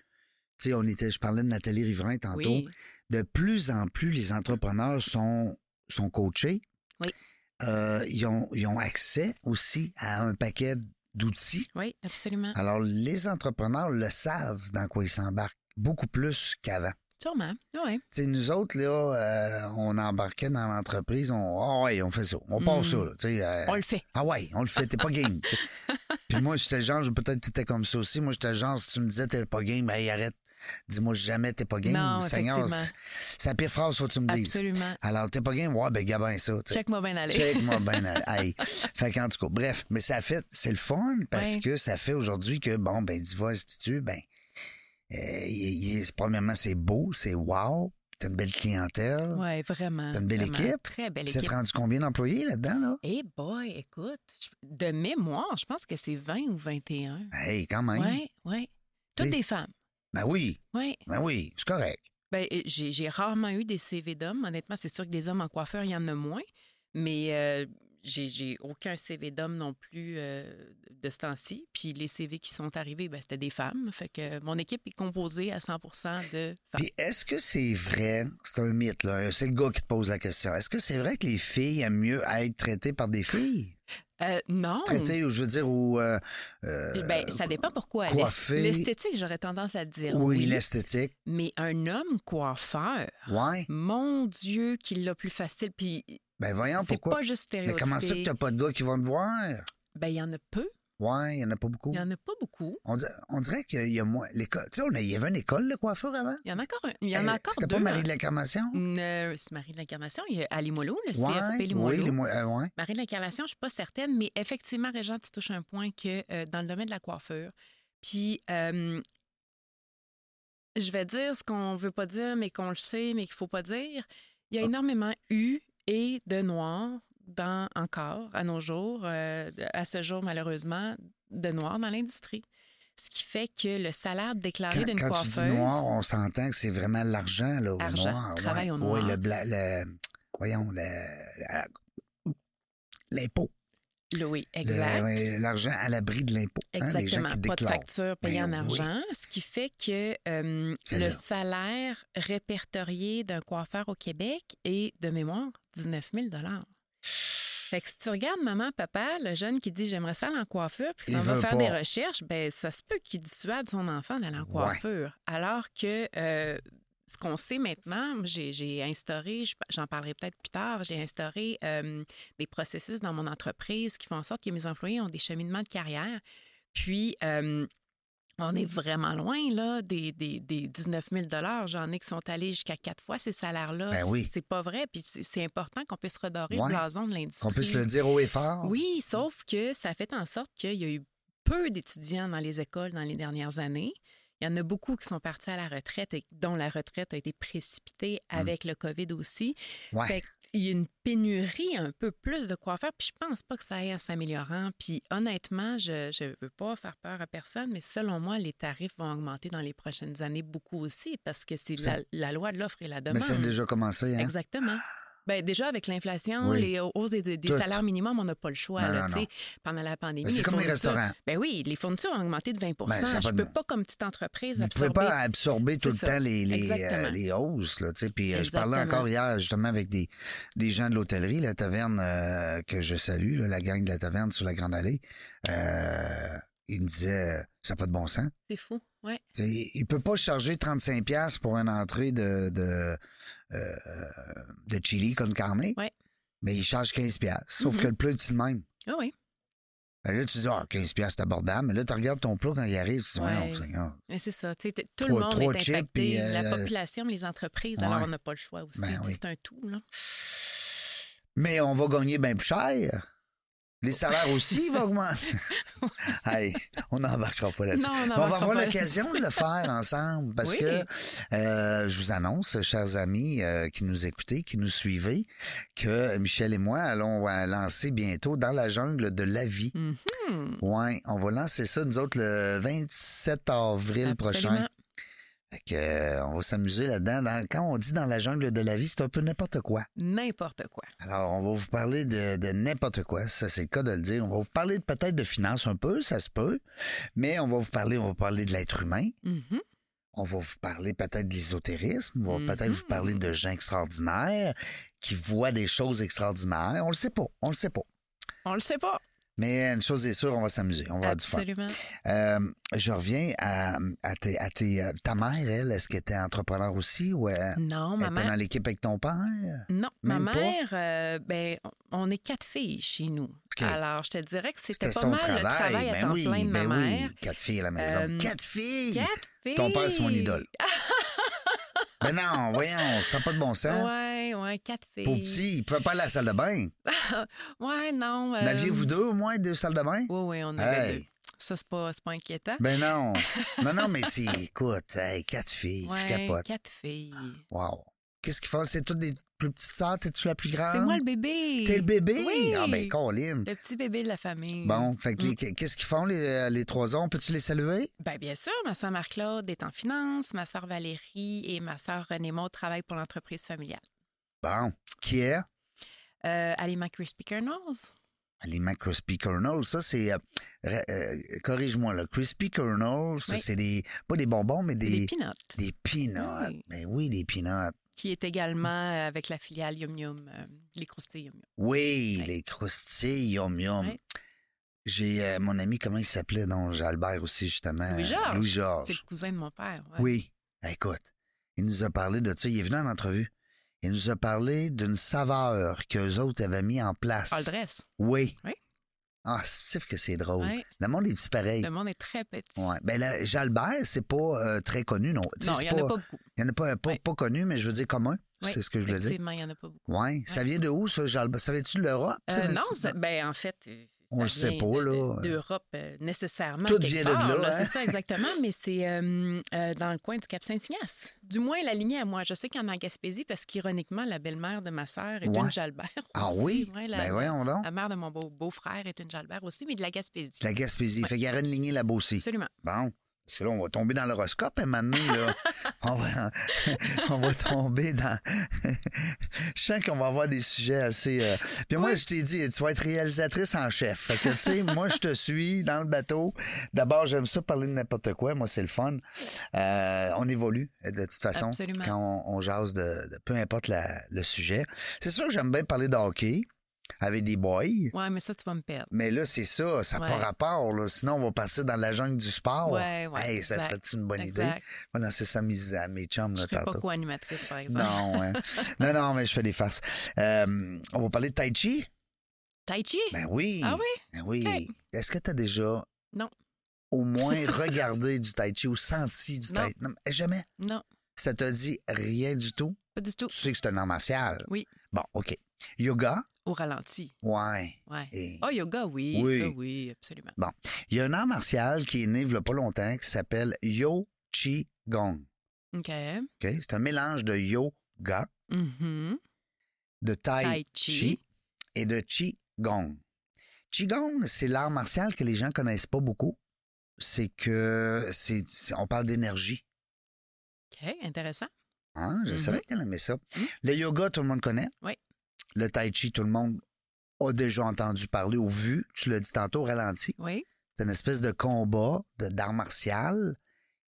Speaker 2: tu sais, on était, je parlais de Nathalie Riverain tantôt,
Speaker 3: Oui.
Speaker 2: de plus en plus, les entrepreneurs sont, sont coachés.
Speaker 3: Oui.
Speaker 2: Euh, ils, ont, ils ont accès aussi à un paquet d'outils.
Speaker 3: Oui, absolument.
Speaker 2: Alors, les entrepreneurs le savent dans quoi ils s'embarquent, beaucoup plus qu'avant.
Speaker 3: Sûrement. Oui.
Speaker 2: Tu sais, nous autres, là, euh, on embarquait dans l'entreprise, on, ah ouais, on fait ça, on part
Speaker 3: Mm.
Speaker 2: ça, là, tu sais, euh,
Speaker 3: On le fait.
Speaker 2: ah ouais, on le fait, t'es pas game. tu sais. Puis moi, j'étais le genre, peut-être que t'étais comme ça aussi. Moi, j'étais le genre, si tu me disais t'es pas game, ben arrête. Dis-moi jamais t'es pas game.
Speaker 3: Non,
Speaker 2: Seigneur,
Speaker 3: effectivement.
Speaker 2: c'est c'est la pire phrase, faut que tu me dises.
Speaker 3: Absolument.
Speaker 2: Alors, t'es pas game, ouais, ben gabin ça. tu sais.
Speaker 3: Check-moi bien aller.
Speaker 2: Check-moi ben, euh, hey. Fait qu'en tout cas, bref, mais ça fait, c'est le fun parce
Speaker 3: Ouais.
Speaker 2: que ça fait aujourd'hui que, bon, ben, Diva Institut, ben, euh, il- il- premièrement, c'est beau, c'est wow, t'as une belle clientèle,
Speaker 3: Oui, vraiment.
Speaker 2: T'as une belle
Speaker 3: vraiment.
Speaker 2: équipe.
Speaker 3: Très belle
Speaker 2: tu t'es
Speaker 3: équipe.
Speaker 2: rendu combien d'employés là-dedans, là?
Speaker 3: Eh boy, écoute, je- de mémoire, je pense que c'est 20 ou 21.
Speaker 2: Hey, quand même.
Speaker 3: Oui, oui. Toutes
Speaker 2: T'sais-
Speaker 3: des femmes.
Speaker 2: Ben oui,
Speaker 3: Oui.
Speaker 2: ben oui, c'est correct.
Speaker 3: Ben, euh, j'ai j'ai rarement eu des CV d'hommes. Honnêtement, c'est sûr que des hommes en coiffeur, il y en a moins. Mais euh, j'ai- j'ai aucun CV d'homme non plus euh, de ce temps-ci. Puis les CV qui sont arrivés, ben, c'était des femmes. Fait que mon équipe est composée à 100 de femmes.
Speaker 2: Puis est-ce que c'est vrai, c'est un mythe, là, c'est le gars qui te pose la question, est-ce que c'est vrai que les filles aiment mieux être traitées par des filles?
Speaker 3: Euh, non.
Speaker 2: Traitées, ou je veux dire, ou... euh, euh,
Speaker 3: Ben, ça dépend pourquoi. L'est-
Speaker 2: coiffées.
Speaker 3: L'esthétique, j'aurais tendance à dire
Speaker 2: oui,
Speaker 3: oui.
Speaker 2: l'esthétique,
Speaker 3: Mais un homme coiffeur,
Speaker 2: ouais.
Speaker 3: mon Dieu, qu'il l'a plus facile. Puis
Speaker 2: Ben voyons,
Speaker 3: c'est
Speaker 2: pourquoi?
Speaker 3: pas juste
Speaker 2: Mais comment ça que
Speaker 3: stéréotypé.
Speaker 2: t'as pas de gars qui vont te voir?
Speaker 3: Ben, il y en a peu.
Speaker 2: Ouais, il y en a pas beaucoup.
Speaker 3: Il y en a pas beaucoup.
Speaker 2: On, dirait- on dirait qu'il y a moins... L'école, tu sais, on a- il y avait une école de coiffure avant?
Speaker 3: Il y en a encore, un- il y en a
Speaker 2: Eh,
Speaker 3: encore deux.
Speaker 2: C'était pas Marie
Speaker 3: hein.
Speaker 2: de l'Incarnation?
Speaker 3: Ne- Euh, c'est Marie de l'Incarnation, il y a Ali Molo, le
Speaker 2: Ouais,
Speaker 3: CFP Limoilou.
Speaker 2: oui, les mo- euh, ouais.
Speaker 3: Marie de l'Incarnation, je ne suis pas certaine, mais effectivement, Régent, tu touches un point que euh, dans le domaine de la coiffure, puis euh, je vais dire ce qu'on veut pas dire, mais qu'on le sait, mais qu'il faut pas dire. Il y a
Speaker 2: Ah.
Speaker 3: énormément eu et de noirs dans, encore à nos jours, euh, à ce jour malheureusement, de noirs dans l'industrie. Ce qui fait que le salaire déclaré
Speaker 2: Quand,
Speaker 3: d'une
Speaker 2: quand tu
Speaker 3: coiffeuse...
Speaker 2: dis noir, on s'entend que c'est vraiment l'argent, là, au
Speaker 3: Argent,
Speaker 2: noir.
Speaker 3: travail
Speaker 2: ouais.
Speaker 3: au noir.
Speaker 2: Oui, le, bla- le- voyons, le- la- l'impôt.
Speaker 3: Oui,
Speaker 2: Le-
Speaker 3: exact.
Speaker 2: ouais, L'argent à l'abri de l'impôt. hein, les gens qui
Speaker 3: Exactement. pas de
Speaker 2: déclarent.
Speaker 3: facture payée en
Speaker 2: Ben oui.
Speaker 3: argent, ce qui fait que euh,
Speaker 2: C'est
Speaker 3: le
Speaker 2: là.
Speaker 3: salaire répertorié d'un coiffeur au Québec est de mémoire 19 000 fait que si tu regardes maman, papa, le jeune qui dit j'aimerais ça aller en coiffure, puis
Speaker 2: Il
Speaker 3: on va
Speaker 2: veut
Speaker 3: faire
Speaker 2: pas.
Speaker 3: des recherches, ben ça se peut qu'il dissuade son enfant d'aller en
Speaker 2: Ouais.
Speaker 3: coiffure. Alors que euh, ce qu'on sait maintenant, j'ai j'ai instauré, je- j'en parlerai peut-être plus tard, j'ai instauré euh, des processus dans mon entreprise qui font en sorte que mes employés ont des cheminements de carrière. Puis, euh, on est vraiment loin là, des, des, des 19 000 J'en ai qui sont allés jusqu'à quatre fois ces salaires-là.
Speaker 2: Ben oui.
Speaker 3: C'est pas vrai. Puis, c'est c'est important qu'on puisse redorer
Speaker 2: Ouais.
Speaker 3: le blason de l'industrie.
Speaker 2: Qu'on puisse le dire haut et fort.
Speaker 3: Oui, sauf que ça a fait en sorte qu'il y a eu peu d'étudiants dans les écoles dans les dernières années. Il y en a beaucoup qui sont partis à la retraite et dont la retraite a été précipitée
Speaker 2: Hum.
Speaker 3: avec le COVID aussi.
Speaker 2: Ouais.
Speaker 3: Fait qu'il y a une pénurie un peu plus de coiffeurs, puis je pense pas que ça aille en s'améliorant. Puis honnêtement, je ne veux pas faire peur à personne, mais selon moi, les tarifs vont augmenter dans les prochaines années beaucoup aussi parce que c'est
Speaker 2: Ça-
Speaker 3: la, la loi de l'offre et la demande.
Speaker 2: Mais ça a déjà commencé. Hein?
Speaker 3: Exactement. Ben, déjà, avec l'inflation,
Speaker 2: Oui.
Speaker 3: les hausses des, des
Speaker 2: Tout.
Speaker 3: salaires minimums, on n'a pas le choix.
Speaker 2: Non,
Speaker 3: là,
Speaker 2: non,
Speaker 3: tu sais.
Speaker 2: non.
Speaker 3: Pendant la pandémie,
Speaker 2: Mais c'est comme les
Speaker 3: fournisseurs-
Speaker 2: restaurants.
Speaker 3: Ben oui, les fournitures ont augmenté de 20
Speaker 2: Ben, ça a
Speaker 3: Je
Speaker 2: pas
Speaker 3: ne
Speaker 2: de-
Speaker 3: peux pas, comme petite entreprise,
Speaker 2: Vous ne pouvez
Speaker 3: absorber.
Speaker 2: pas absorber tout le
Speaker 3: C'est ça.
Speaker 2: temps les, les,
Speaker 3: Exactement.
Speaker 2: euh, les hausses. Là, tu sais. Puis euh, je parlais
Speaker 3: Exactement.
Speaker 2: encore hier justement avec des, des gens de l'hôtellerie, la taverne euh, que je salue, là, la gang de la taverne sur la Grande Allée. Euh, ils me disaient, euh, ça n'a pas de bon sens.
Speaker 3: C'est fou. Ouais.
Speaker 2: Tu sais, il peut pas charger 35 pièces pour une entrée de de, euh, de chili con carne.
Speaker 3: Ouais.
Speaker 2: Mais il charge 15 pièces, sauf
Speaker 3: Mhm.
Speaker 2: que le plat est le même.
Speaker 3: Ah oui.
Speaker 2: Ben là, tu dis, ah, 15 pièces, c'est abordable. Mais là, tu regardes ton plat quand il arrive, tu dis,
Speaker 3: Ouais.
Speaker 2: voyons, Seigneur.
Speaker 3: Mais c'est ça. tu sais, t- Tout
Speaker 2: Trois-
Speaker 3: le monde
Speaker 2: trois
Speaker 3: est
Speaker 2: chips,
Speaker 3: impacté.
Speaker 2: puis, euh,
Speaker 3: La population, mais les entreprises.
Speaker 2: ouais.
Speaker 3: Alors, on n'a pas le choix aussi.
Speaker 2: Ben
Speaker 3: tu sais,
Speaker 2: oui.
Speaker 3: C'est un tout. Là.
Speaker 2: Mais on va gagner bien plus cher. Les salaires aussi vont augmenter. Hey, on n'embarquera pas là-dessus.
Speaker 3: Non, on
Speaker 2: Mais on va
Speaker 3: n'embarquera
Speaker 2: avoir
Speaker 3: pas
Speaker 2: l'occasion de le faire ensemble parce
Speaker 3: Oui.
Speaker 2: que euh, je vous annonce, chers amis euh, qui nous écoutez, qui nous suivez, que Michel et moi allons euh, lancer bientôt dans la jungle de la vie.
Speaker 3: Mhm.
Speaker 2: Ouais, on va lancer ça nous autres le 27 avril prochain.
Speaker 3: Absolument.
Speaker 2: Fait que, euh, on va s'amuser là-dedans. Dans- quand on dit dans la jungle de la vie, c'est un peu n'importe quoi.
Speaker 3: N'importe quoi.
Speaker 2: Alors, on va vous parler de, de n'importe quoi. Ça, c'est le cas de le dire. On va vous parler de- peut-être de finances un peu, ça se peut. Mais on va vous parler, on va parler de l'être humain.
Speaker 3: Mhm.
Speaker 2: On va vous parler peut-être de l'ésotérisme. On va
Speaker 3: Mhm.
Speaker 2: peut-être vous parler de gens extraordinaires qui voient des choses extraordinaires. On le sait pas. On le sait pas.
Speaker 3: On le sait pas.
Speaker 2: Mais une chose est sûre, on va s'amuser. On va avoir du fun.
Speaker 3: Absolument.
Speaker 2: Euh, je reviens à, à tes- à tes- euh, ta mère, elle, est-ce qu'elle était entrepreneur aussi ou elle
Speaker 3: Non,
Speaker 2: elle
Speaker 3: ma
Speaker 2: était
Speaker 3: mère.
Speaker 2: dans l'équipe avec ton père?
Speaker 3: Non,
Speaker 2: Même
Speaker 3: ma
Speaker 2: pas?
Speaker 3: mère, euh, ben, on est quatre filles chez nous.
Speaker 2: OK.
Speaker 3: Alors, je te dirais que c'était pas mal le travail à
Speaker 2: Ben
Speaker 3: temps
Speaker 2: oui,
Speaker 3: plein de
Speaker 2: ben
Speaker 3: ma
Speaker 2: oui.
Speaker 3: mère.
Speaker 2: Quatre filles à la maison.
Speaker 3: Euh,
Speaker 2: Quatre filles!
Speaker 3: Quatre filles.
Speaker 2: Ton père, c'est mon idole. ben non, voyons, ça n'a pas de bon sens.
Speaker 3: Ouais, Euh, ouais, quatre filles.
Speaker 2: Pour hein? petit, il ne pouvait pas aller à la salle de bain.
Speaker 3: Ouais, non. euh,
Speaker 2: N'aviez-vous deux au moins, deux salles de bain?
Speaker 3: Oui, oui, on avait
Speaker 2: Hey.
Speaker 3: deux. Ça, c'est pas, c'est pas inquiétant.
Speaker 2: Ben non. non, non, mais c'est, écoute, hey, quatre filles, je
Speaker 3: Ouais,
Speaker 2: capote.
Speaker 3: quatre filles.
Speaker 2: Wow. Qu'est-ce qu'ils font? C'est toutes des plus petites sœurs? T'es-tu la plus grande?
Speaker 3: C'est moi le bébé.
Speaker 2: T'es le bébé?
Speaker 3: Oui. Mm.
Speaker 2: Ah ben, Colin.
Speaker 3: Le petit bébé de la famille.
Speaker 2: Bon, fait que les- qu'est-ce qu'ils font, les, euh, les trois ans? Peux-tu les saluer?
Speaker 3: Ben, bien sûr, ma sœur Marc-Claude est en finance, ma sœur Valérie et ma sœur René Maud travaillent pour l'entreprise familiale.
Speaker 2: Bon. Qui est?
Speaker 3: Euh, Aliment Crispy Kernels.
Speaker 2: Aliment Ah, Crispy Kernel, ça c'est. euh, ra- euh, Corrige-moi là. Crispy Kernel, ça
Speaker 3: Oui.
Speaker 2: c'est des. Pas des bonbons, mais des.
Speaker 3: Les peanuts,
Speaker 2: Des peanuts.
Speaker 3: Oui.
Speaker 2: Ben oui, des peanuts.
Speaker 3: qui est également euh, avec la filiale Yum Yum, euh, les croustilles Yum Yum.
Speaker 2: Oui,
Speaker 3: Oui.
Speaker 2: les croustilles, yum yum.
Speaker 3: Oui.
Speaker 2: J'ai euh, mon ami, comment il s'appelait? Non, j'ai Albert aussi, justement.
Speaker 3: Louis-Georges.
Speaker 2: Louis-Georges.
Speaker 3: C'est le cousin de mon père. ouais.
Speaker 2: Oh. Oui. Écoute, il nous a parlé de ça. Il est venu en entrevue. Il nous a parlé d'une saveur qu'eux autres avaient mis en place.
Speaker 3: All dress.
Speaker 2: Oui.
Speaker 3: Oui.
Speaker 2: Ah, c'est que c'est drôle.
Speaker 3: Ouais.
Speaker 2: Le monde est petit pareil.
Speaker 3: Le monde est très petit.
Speaker 2: Ouais. Ben là, Jalbert, c'est pas euh, très connu, non. Tu sais,
Speaker 3: Non,
Speaker 2: c'est
Speaker 3: il n'y en a pas beaucoup.
Speaker 2: Il y en a pas, pas,
Speaker 3: Ouais.
Speaker 2: pas connu, mais je veux dire commun.
Speaker 3: Ouais,
Speaker 2: C'est ce que je voulais dire.
Speaker 3: Effectivement, il n'y en a pas beaucoup.
Speaker 2: Ouais. Ça vient de où, ça, Jalbert? Ça vient-tu de l'Europe? ça?
Speaker 3: Euh, non, ça- ben, en fait, euh,
Speaker 2: On
Speaker 3: ça
Speaker 2: le sait
Speaker 3: vient
Speaker 2: pas,
Speaker 3: de-
Speaker 2: là.
Speaker 3: de- D'Europe, euh, nécessairement.
Speaker 2: Tout
Speaker 3: quelque
Speaker 2: vient de
Speaker 3: part,
Speaker 2: là, hein?
Speaker 3: C'est ça, exactement, mais c'est euh, euh, dans le coin du Cap Saint-Ignace. Du moins, la lignée à moi. Je sais qu'en Gaspésie, parce qu'ironiquement, la belle-mère de ma sœur est
Speaker 2: Ouais.
Speaker 3: une Jalbert.
Speaker 2: Ah
Speaker 3: aussi.
Speaker 2: oui?
Speaker 3: Ouais, la, Ah.
Speaker 2: Ben voyons donc.
Speaker 3: la mère de mon beau- beau-frère est une Jalbert aussi, mais de la Gaspésie.
Speaker 2: La Gaspésie. Fait qu'il y aurait une lignée là-bas aussi.
Speaker 3: Absolument.
Speaker 2: Bon. Parce que là, on va tomber dans l'horoscope un moment donné, là. on, va, on va tomber dans... je sens qu'on va avoir des sujets assez... euh, Puis moi, je t'ai dit, tu vas être réalisatrice en chef. Fait que, tu sais, moi, je te suis dans le bateau. D'abord, j'aime ça parler de n'importe quoi. Moi, c'est le fun. Euh, on évolue, de toute façon,
Speaker 3: Absolument.
Speaker 2: quand on, on jase de, de- Peu importe la- le sujet. C'est sûr que j'aime bien parler de hockey avec des boys.
Speaker 3: Ouais, mais ça, tu vas me perdre.
Speaker 2: Mais là, c'est ça, ça n'a pas
Speaker 3: Ouais.
Speaker 2: rapport. Là. Sinon, on va partir dans la jungle du sport.
Speaker 3: Ouais, ouais,
Speaker 2: Ah hey, ça
Speaker 3: exact,
Speaker 2: serait une bonne idée?
Speaker 3: Exact.
Speaker 2: On va lancer ça à mes, à mes chums
Speaker 3: Je
Speaker 2: là,
Speaker 3: ne serais pas
Speaker 2: tantôt.
Speaker 3: co-animatrice, par exemple.
Speaker 2: Non, hein. non, non, mais je fais des farces. Euh, on va parler de Tai Chi?
Speaker 3: Tai Chi?
Speaker 2: Ben oui.
Speaker 3: Ah oui?
Speaker 2: Ben oui.
Speaker 3: Ok.
Speaker 2: Est-ce que tu as déjà
Speaker 3: Non.
Speaker 2: au moins regardé du Tai Chi ou senti du
Speaker 3: Non.
Speaker 2: Tai Chi? Non, mais jamais.
Speaker 3: Non,
Speaker 2: Ça te dit rien du tout?
Speaker 3: pas du tout.
Speaker 2: Tu sais que c'est un art martial.
Speaker 3: Oui.
Speaker 2: Bon, OK. Yoga?
Speaker 3: Au ralenti.
Speaker 2: Ouais.
Speaker 3: Ouais.
Speaker 2: Et-
Speaker 3: Oh, yoga, oui.
Speaker 2: Oui.
Speaker 3: Ça, oui, absolument.
Speaker 2: Il y a un art martial qui est né il y a pas longtemps qui s'appelle Yo Chi Gong.
Speaker 3: OK.
Speaker 2: OK? C'est un mélange de yoga,
Speaker 3: Mhm.
Speaker 2: de tai,
Speaker 3: Tai
Speaker 2: chi.
Speaker 3: Chi.
Speaker 2: et de Chi Gong. Chi Gong, c'est l'art martial que les gens connaissent pas beaucoup. C'est que c'est, c'est- on parle d'énergie.
Speaker 3: OK, intéressant.
Speaker 2: Hein? Je
Speaker 3: Mhm.
Speaker 2: savais que t'allais aimer ça.
Speaker 3: Mhm.
Speaker 2: Le yoga, tout le monde connaît.
Speaker 3: Oui.
Speaker 2: Le tai chi, tout le monde a déjà entendu parler ou vu. Tu l'as dit tantôt, au ralenti.
Speaker 3: Oui.
Speaker 2: C'est une espèce de combat de- d'art martial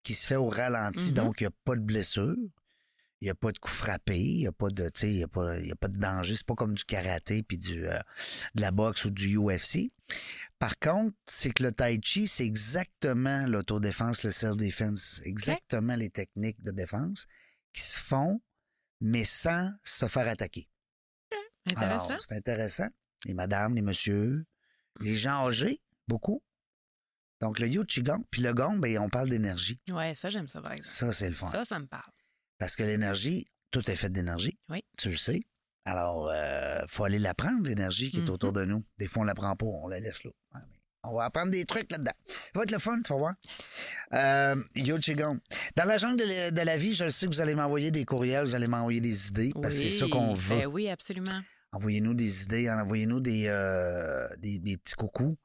Speaker 2: qui se fait au ralenti,
Speaker 3: Mhm.
Speaker 2: donc il n'y a pas de blessure, il n'y a pas de coup frappé, il n'y a pas de tu sais, il y a pas, il y a pas de danger. C'est pas comme du karaté puis du, euh, de la boxe ou du UFC. Par contre, c'est que le tai chi, c'est exactement l'autodéfense, le self-defense, exactement les techniques de défense qui se font, mais sans se faire attaquer. Alors,
Speaker 3: Intéressant.
Speaker 2: c'est intéressant. Les madames, les messieurs, les gens âgés, beaucoup. Donc, le yo qigong, puis le gong, ben, on parle d'énergie.
Speaker 3: ouais, ça, j'aime ça, par exemple.
Speaker 2: Ça, c'est le fun.
Speaker 3: Ça, ça me parle.
Speaker 2: Parce que l'énergie, tout est fait d'énergie.
Speaker 3: Oui.
Speaker 2: Tu le sais. Alors, euh, faut aller l'apprendre, l'énergie qui est
Speaker 3: Mhm.
Speaker 2: autour de nous. Des fois, on l'apprend pas, on la laisse là. Ouais, mais On va apprendre des trucs là-dedans. Ça va être le fun, tu vas voir. Euh, yo Qigong. Dans la jungle de la, de la vie, je le sais que vous allez m'envoyer des courriels, vous allez m'envoyer des idées, parce que c'est ça
Speaker 3: Oui,
Speaker 2: qu'on veut.
Speaker 3: Ben oui, absolument.
Speaker 2: Envoyez-nous des idées, hein, envoyez-nous des, euh, des, des petits coucous.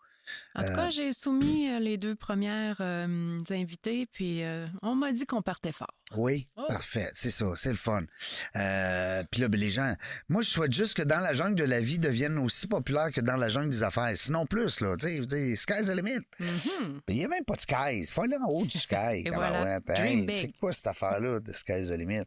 Speaker 3: En tout cas, j'ai soumis euh, les deux premières euh, invitées, puis euh, on m'a dit qu'on partait fort.
Speaker 2: Oui,
Speaker 3: Oh.
Speaker 2: parfait, c'est ça, c'est le fun. Euh, Puis là, ben, les gens, moi je souhaite juste que dans la jungle de la vie deviennent aussi populaires que dans la jungle des affaires, sinon plus là, tu sais, je veux dire, sky's the limit.
Speaker 3: Mhm.
Speaker 2: Mais il n'y a même pas de skies, faut aller en haut du sky.
Speaker 3: Et voilà.
Speaker 2: tabarouette, hein.
Speaker 3: Dream big.
Speaker 2: c'est quoi cette affaire-là de sky's the limit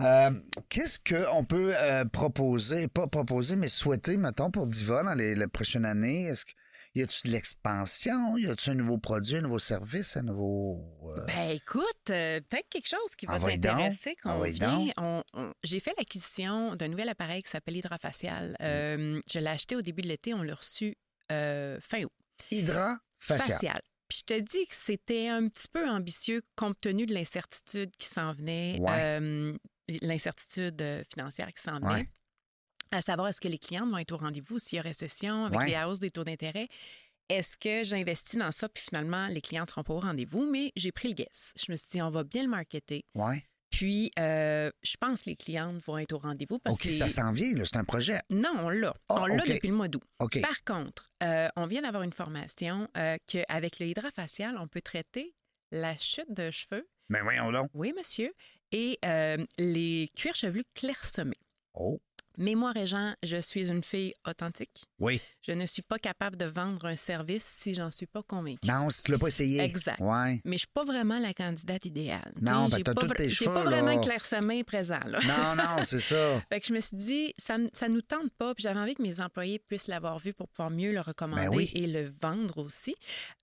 Speaker 2: Euh, Qu'est-ce qu'on peut euh, proposer, pas proposer, mais souhaiter mettons pour Diva dans les, la prochaine année Est-ce que y a-tu de l'expansion Y a-tu un nouveau produit, un nouveau service, un nouveau euh,
Speaker 3: Ben écoute, euh, peut-être quelque chose qui va
Speaker 2: Envoyez donc.
Speaker 3: t'intéresser. qu'on
Speaker 2: Envoyez
Speaker 3: vient-
Speaker 2: donc.
Speaker 3: on- on- J'ai fait l'acquisition d'un nouvel appareil qui s'appelle Hydrafacial. Euh, Je l'ai acheté au début de l'été, on l'a reçu euh, fin août.
Speaker 2: hydra facial
Speaker 3: Facial. Puis je te dis que c'était un petit peu ambitieux compte tenu de l'incertitude qui s'en venait,
Speaker 2: Ouais.
Speaker 3: euh, l'incertitude euh, financière qui s'en venait.
Speaker 2: Ouais.
Speaker 3: À savoir, est-ce que les clients vont être au rendez-vous s'il y a récession avec
Speaker 2: Ouais.
Speaker 3: les hausses des taux d'intérêt? Est-ce que j'investis dans ça, puis finalement, les clients ne seront pas au rendez-vous? Mais j'ai pris le guess. Je me suis dit, on va bien le marketer.
Speaker 2: Ouais.
Speaker 3: Puis, euh, je pense que les clientes vont être au rendez-vous parce
Speaker 2: OK,
Speaker 3: que.
Speaker 2: ça s'en vient, là, c'est un projet.
Speaker 3: Non, on l'a.
Speaker 2: Ah,
Speaker 3: on l'a
Speaker 2: OK.
Speaker 3: depuis le mois d'août.
Speaker 2: OK.
Speaker 3: Par contre, euh, on vient d'avoir une formation euh, qu'avec le hydrafacial, on peut traiter la chute de cheveux,
Speaker 2: Mais voyons donc.
Speaker 3: oui monsieur, et euh, les cuirs chevelus clairsemés.
Speaker 2: Oh,
Speaker 3: Mais moi, Régent, je suis une fille authentique.
Speaker 2: oui.
Speaker 3: Je ne suis pas capable de vendre un service si j'en suis pas convaincue.
Speaker 2: Non, si tu l'as pas essayé.
Speaker 3: Exact.
Speaker 2: Ouais.
Speaker 3: Mais je suis pas vraiment la candidate idéale. Tu sais,
Speaker 2: Non, ben,
Speaker 3: j'ai
Speaker 2: t'as
Speaker 3: pas
Speaker 2: tous
Speaker 3: vra-
Speaker 2: tes
Speaker 3: j'ai
Speaker 2: cheveux,
Speaker 3: pas vraiment
Speaker 2: là.
Speaker 3: un clairsemé présent. Là.
Speaker 2: Non, non, c'est ça.
Speaker 3: Fait que je me suis dit, ça, ne- ça nous tente pas. Puis j'avais envie que mes employés puissent l'avoir vu pour pouvoir mieux le recommander
Speaker 2: Ben oui.
Speaker 3: et le vendre aussi.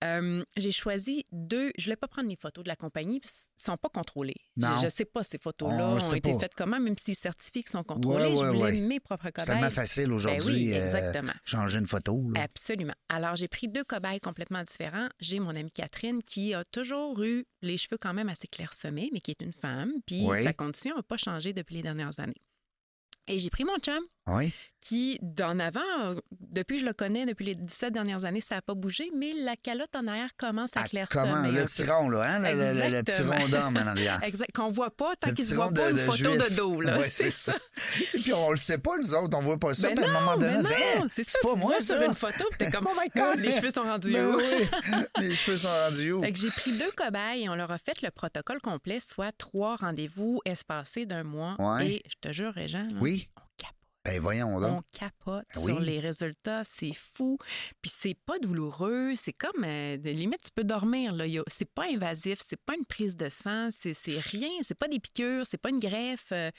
Speaker 3: Euh, j'ai choisi deux. Je voulais pas prendre les photos de la compagnie. puis Ils sont pas contrôlés. Je,
Speaker 2: Non.
Speaker 3: je sais pas ces photos-là
Speaker 2: On
Speaker 3: ont
Speaker 2: sait
Speaker 3: été
Speaker 2: pas.
Speaker 3: faites comment, même s'ils certifient qu'ils sont contrôlés.
Speaker 2: Ouais,
Speaker 3: je
Speaker 2: ouais,
Speaker 3: voulais
Speaker 2: ouais.
Speaker 3: mes propres
Speaker 2: C'est
Speaker 3: cobayes.
Speaker 2: tellement facile
Speaker 3: Ben
Speaker 2: aujourd'hui.
Speaker 3: oui,
Speaker 2: euh,
Speaker 3: exactement.
Speaker 2: changer une photo. là.
Speaker 3: Absolument. Alors, j'ai pris deux cobayes complètement différents. J'ai mon amie Catherine qui a toujours eu les cheveux quand même assez clairsemés, mais qui est une femme. Puis
Speaker 2: Oui.
Speaker 3: sa condition n'a pas changé depuis les dernières années. Et j'ai pris mon chum
Speaker 2: Oui.
Speaker 3: qui, d'en avant, euh, depuis que je le connais, depuis les 17 dernières années, ça n'a pas bougé, mais la calotte en arrière commence à
Speaker 2: Ah,
Speaker 3: clairsemer.
Speaker 2: comment?
Speaker 3: un
Speaker 2: Le
Speaker 3: peu.
Speaker 2: petit rond, là, hein? Le, le- le- le petit
Speaker 3: Exactement.
Speaker 2: rond d'homme en arrière.
Speaker 3: Exact. Qu'on voit pas tant
Speaker 2: Le
Speaker 3: qu'il
Speaker 2: petit
Speaker 3: ne voit
Speaker 2: rond
Speaker 3: pas
Speaker 2: de-
Speaker 3: une
Speaker 2: de
Speaker 3: photo
Speaker 2: juif.
Speaker 3: de dos. là.
Speaker 2: Ouais,
Speaker 3: c'est
Speaker 2: c'est
Speaker 3: ça.
Speaker 2: Et puis, on le sait pas, nous autres. On voit pas ça.
Speaker 3: Ben
Speaker 2: puis, à un moment donné,
Speaker 3: mais
Speaker 2: on dit, Hey,
Speaker 3: non, c'est ça.
Speaker 2: pas
Speaker 3: tu
Speaker 2: moi,
Speaker 3: vois sur
Speaker 2: ça.
Speaker 3: une photo, puis t'es comme, oh my God, les cheveux sont rendus
Speaker 2: Ben
Speaker 3: où?
Speaker 2: oui. Les cheveux sont rendus où?
Speaker 3: Fait que j'ai pris deux cobayes et on leur a fait le protocole complet, soit trois rendez-vous espacés d'un mois.
Speaker 2: Ouais.
Speaker 3: Et je te jure, Régent, là,
Speaker 2: Oui.
Speaker 3: on capote.
Speaker 2: Ben, voyons donc.
Speaker 3: On capote
Speaker 2: Ben
Speaker 3: sur
Speaker 2: oui.
Speaker 3: les résultats, c'est fou. Puis c'est pas douloureux, c'est comme euh, de- limite tu peux dormir là. Y a- C'est pas invasif, c'est pas une prise de sang, c'est c'est rien, c'est pas des piqûres, c'est pas une greffe. euh,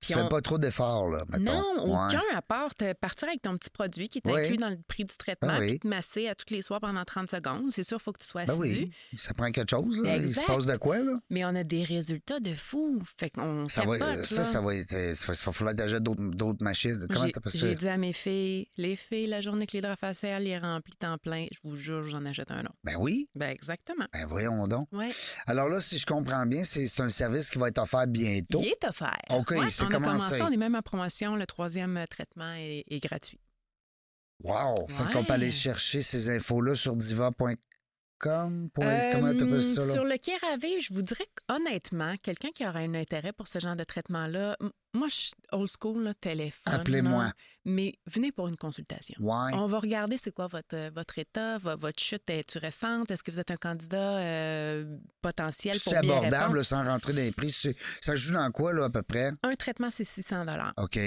Speaker 2: Tu
Speaker 3: puis
Speaker 2: fais
Speaker 3: on-
Speaker 2: pas trop d'efforts, là, mettons.
Speaker 3: non,
Speaker 2: Ouais.
Speaker 3: aucun à part te- partir avec ton petit produit qui
Speaker 2: Oui.
Speaker 3: t'inclut dans le prix du traitement,
Speaker 2: Ah oui.
Speaker 3: puis te masser à tous les soirs pendant 30 secondes. C'est sûr, il faut que tu sois
Speaker 2: Ben
Speaker 3: assidu.
Speaker 2: oui, ça prend quelque chose. Là. Il se
Speaker 3: Exact.
Speaker 2: passe de quoi, là?
Speaker 3: Mais on a des résultats de fou. Fait qu'on
Speaker 2: Ça va,
Speaker 3: capote,
Speaker 2: ça,
Speaker 3: là.
Speaker 2: ça va être. euh, Il va falloir déjà d'autres- d'autres machines. Comment
Speaker 3: J'ai-
Speaker 2: t'appelles ça?
Speaker 3: J'ai dit à mes filles, les filles, la journée que l'hydrafacial est remplie temps plein, je vous jure, j'en achète un autre.
Speaker 2: Ben oui,
Speaker 3: Ben exactement.
Speaker 2: ben voyons donc.
Speaker 3: Ouais.
Speaker 2: Alors là, si je comprends bien, c'est c'est un service qui va être offert bientôt.
Speaker 3: Il est offert.
Speaker 2: OK,
Speaker 3: Ouais,
Speaker 2: c'est
Speaker 3: on a
Speaker 2: commencé.
Speaker 3: commencé, on est même en promotion. Le troisième euh, traitement est, est gratuit.
Speaker 2: Wow! Fait qu'on peut
Speaker 3: Ouais.
Speaker 2: aller chercher ces infos-là sur diva.com. point-
Speaker 3: Euh,
Speaker 2: Comment t'appelles ça, là?
Speaker 3: sur le Kéravé, je vous dirais honnêtement, quelqu'un qui aurait un intérêt pour ce genre de traitement-là, m- moi, je suis old school, là, téléphone.
Speaker 2: Appelez-moi.
Speaker 3: là, Mais venez pour une consultation.
Speaker 2: Ouais.
Speaker 3: On va regarder c'est quoi votre, euh, votre état, vo- votre chute est-tu récente, est-ce que vous êtes un candidat euh, potentiel pour
Speaker 2: C'est
Speaker 3: bien
Speaker 2: abordable
Speaker 3: répondre?
Speaker 2: là, sans rentrer dans les prix. C'est- Ça joue dans quoi, là, à peu près?
Speaker 3: Un traitement, c'est 600
Speaker 2: OK.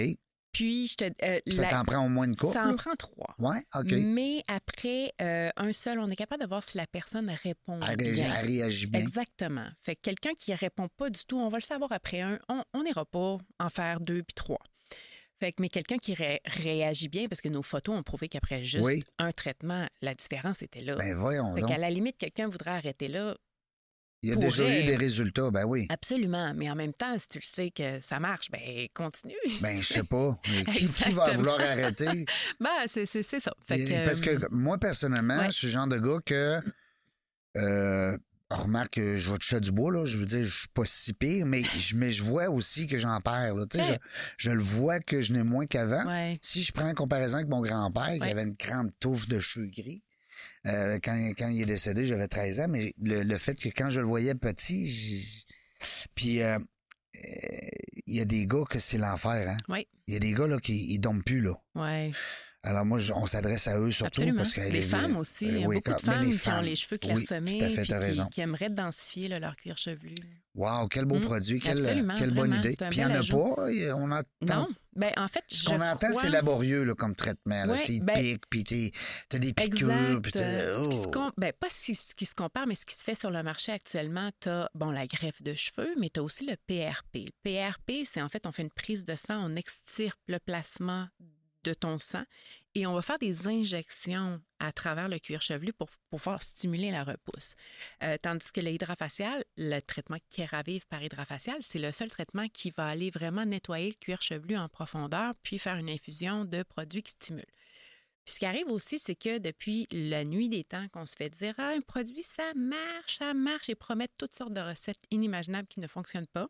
Speaker 3: Puis, je te... euh,
Speaker 2: Ça
Speaker 3: la- Mmh,
Speaker 2: t'en prend au moins une coupe?
Speaker 3: ça en
Speaker 2: là?
Speaker 3: prend trois.
Speaker 2: Ouais, OK.
Speaker 3: Mais après euh, un seul, on est capable de voir si la personne répond
Speaker 2: Elle, ré-
Speaker 3: bien.
Speaker 2: elle réagit bien.
Speaker 3: Exactement. Fait que quelqu'un qui répond pas du tout, on va le savoir après un, on on n'ira pas en faire deux puis trois. Fait que, mais quelqu'un qui ré- réagit bien, parce que nos photos ont prouvé qu'après juste
Speaker 2: Oui.
Speaker 3: un traitement, la différence était là.
Speaker 2: Ben voyons
Speaker 3: fait
Speaker 2: donc.
Speaker 3: qu'à la limite, quelqu'un voudrait arrêter là.
Speaker 2: Il y a déjà
Speaker 3: pourrait-
Speaker 2: eu des résultats, ben oui.
Speaker 3: Absolument. Mais en même temps, si tu le sais que ça marche, ben continue.
Speaker 2: Ben, je sais pas. Mais Qui, qui va
Speaker 3: Exactement.
Speaker 2: vouloir arrêter?
Speaker 3: Ben, c'est c'est- c'est ça. Fait
Speaker 2: Et- Parce
Speaker 3: euh,
Speaker 2: que moi, personnellement,
Speaker 3: ouais.
Speaker 2: je suis le genre de gars que. euh, remarque, que je vais toucher du bois, là. Je veux dire, je suis pas si pire, mais je, mais je vois aussi que j'en perds, là. Tu sais,
Speaker 3: Ouais.
Speaker 2: je, je le vois que je n'ai moins qu'avant.
Speaker 3: euh, ouais.
Speaker 2: Si je prends en comparaison avec mon grand-père, qui
Speaker 3: Ouais.
Speaker 2: avait une grande touffe de cheveux gris, euh, quand, quand il est décédé, j'avais 13 ans, mais le, le fait que quand je le voyais petit, j'y- puis euh, euh, il y a des gars que c'est l'enfer, hein?
Speaker 3: Ouais.
Speaker 2: Il y a des gars là, qui ils dorment plus, là.
Speaker 3: Ouais.
Speaker 2: Alors moi, je- on s'adresse à eux surtout
Speaker 3: Absolument.
Speaker 2: parce qu'elle
Speaker 3: les
Speaker 2: est
Speaker 3: femmes aussi.
Speaker 2: euh,
Speaker 3: il y a
Speaker 2: oui,
Speaker 3: beaucoup de
Speaker 2: quand- mais
Speaker 3: femmes
Speaker 2: les
Speaker 3: qui ont
Speaker 2: femmes,
Speaker 3: les cheveux
Speaker 2: oui, tout à
Speaker 3: clairsemés
Speaker 2: fait,
Speaker 3: puis
Speaker 2: t'as
Speaker 3: qui,
Speaker 2: raison.
Speaker 3: qui aimeraient densifier là, leur cuir chevelu.
Speaker 2: Wow, quel beau
Speaker 3: Mm,
Speaker 2: produit, quelle,
Speaker 3: absolument,
Speaker 2: quelle bonne
Speaker 3: vraiment,
Speaker 2: idée.
Speaker 3: c'est un
Speaker 2: Puis il n'y en
Speaker 3: bel
Speaker 2: a
Speaker 3: ajout.
Speaker 2: pas, et on entend.
Speaker 3: Non? Ben, en fait, je
Speaker 2: Ce qu'on entend,
Speaker 3: crois-
Speaker 2: c'est laborieux là, comme traitement. là.
Speaker 3: Ouais,
Speaker 2: c'est il
Speaker 3: ben,
Speaker 2: pique, puis t'es- t'as des piqûres, puis
Speaker 3: Exact.
Speaker 2: t'as...
Speaker 3: euh, ce qui se
Speaker 2: oh.
Speaker 3: com- ben, pas si- ce qui se compare, mais ce qui se fait sur le marché actuellement, tu as bon, la greffe de cheveux, mais tu as aussi le PRP. Le PRP, c'est en fait, on fait une prise de sang, on extirpe le plasma de ton sang et on va faire des injections à travers le cuir chevelu pour pour pouvoir stimuler la repousse. Euh, tandis que l'hydrafacial, le traitement Keravive par hydrafacial, c'est le seul traitement qui va aller vraiment nettoyer le cuir chevelu en profondeur, puis faire une infusion de produits qui stimulent. Puis ce qui arrive aussi, c'est que depuis la nuit des temps qu'on se fait dire Ah, un produit, ça marche, ça marche, et promettent toutes sortes de recettes inimaginables qui ne fonctionnent pas.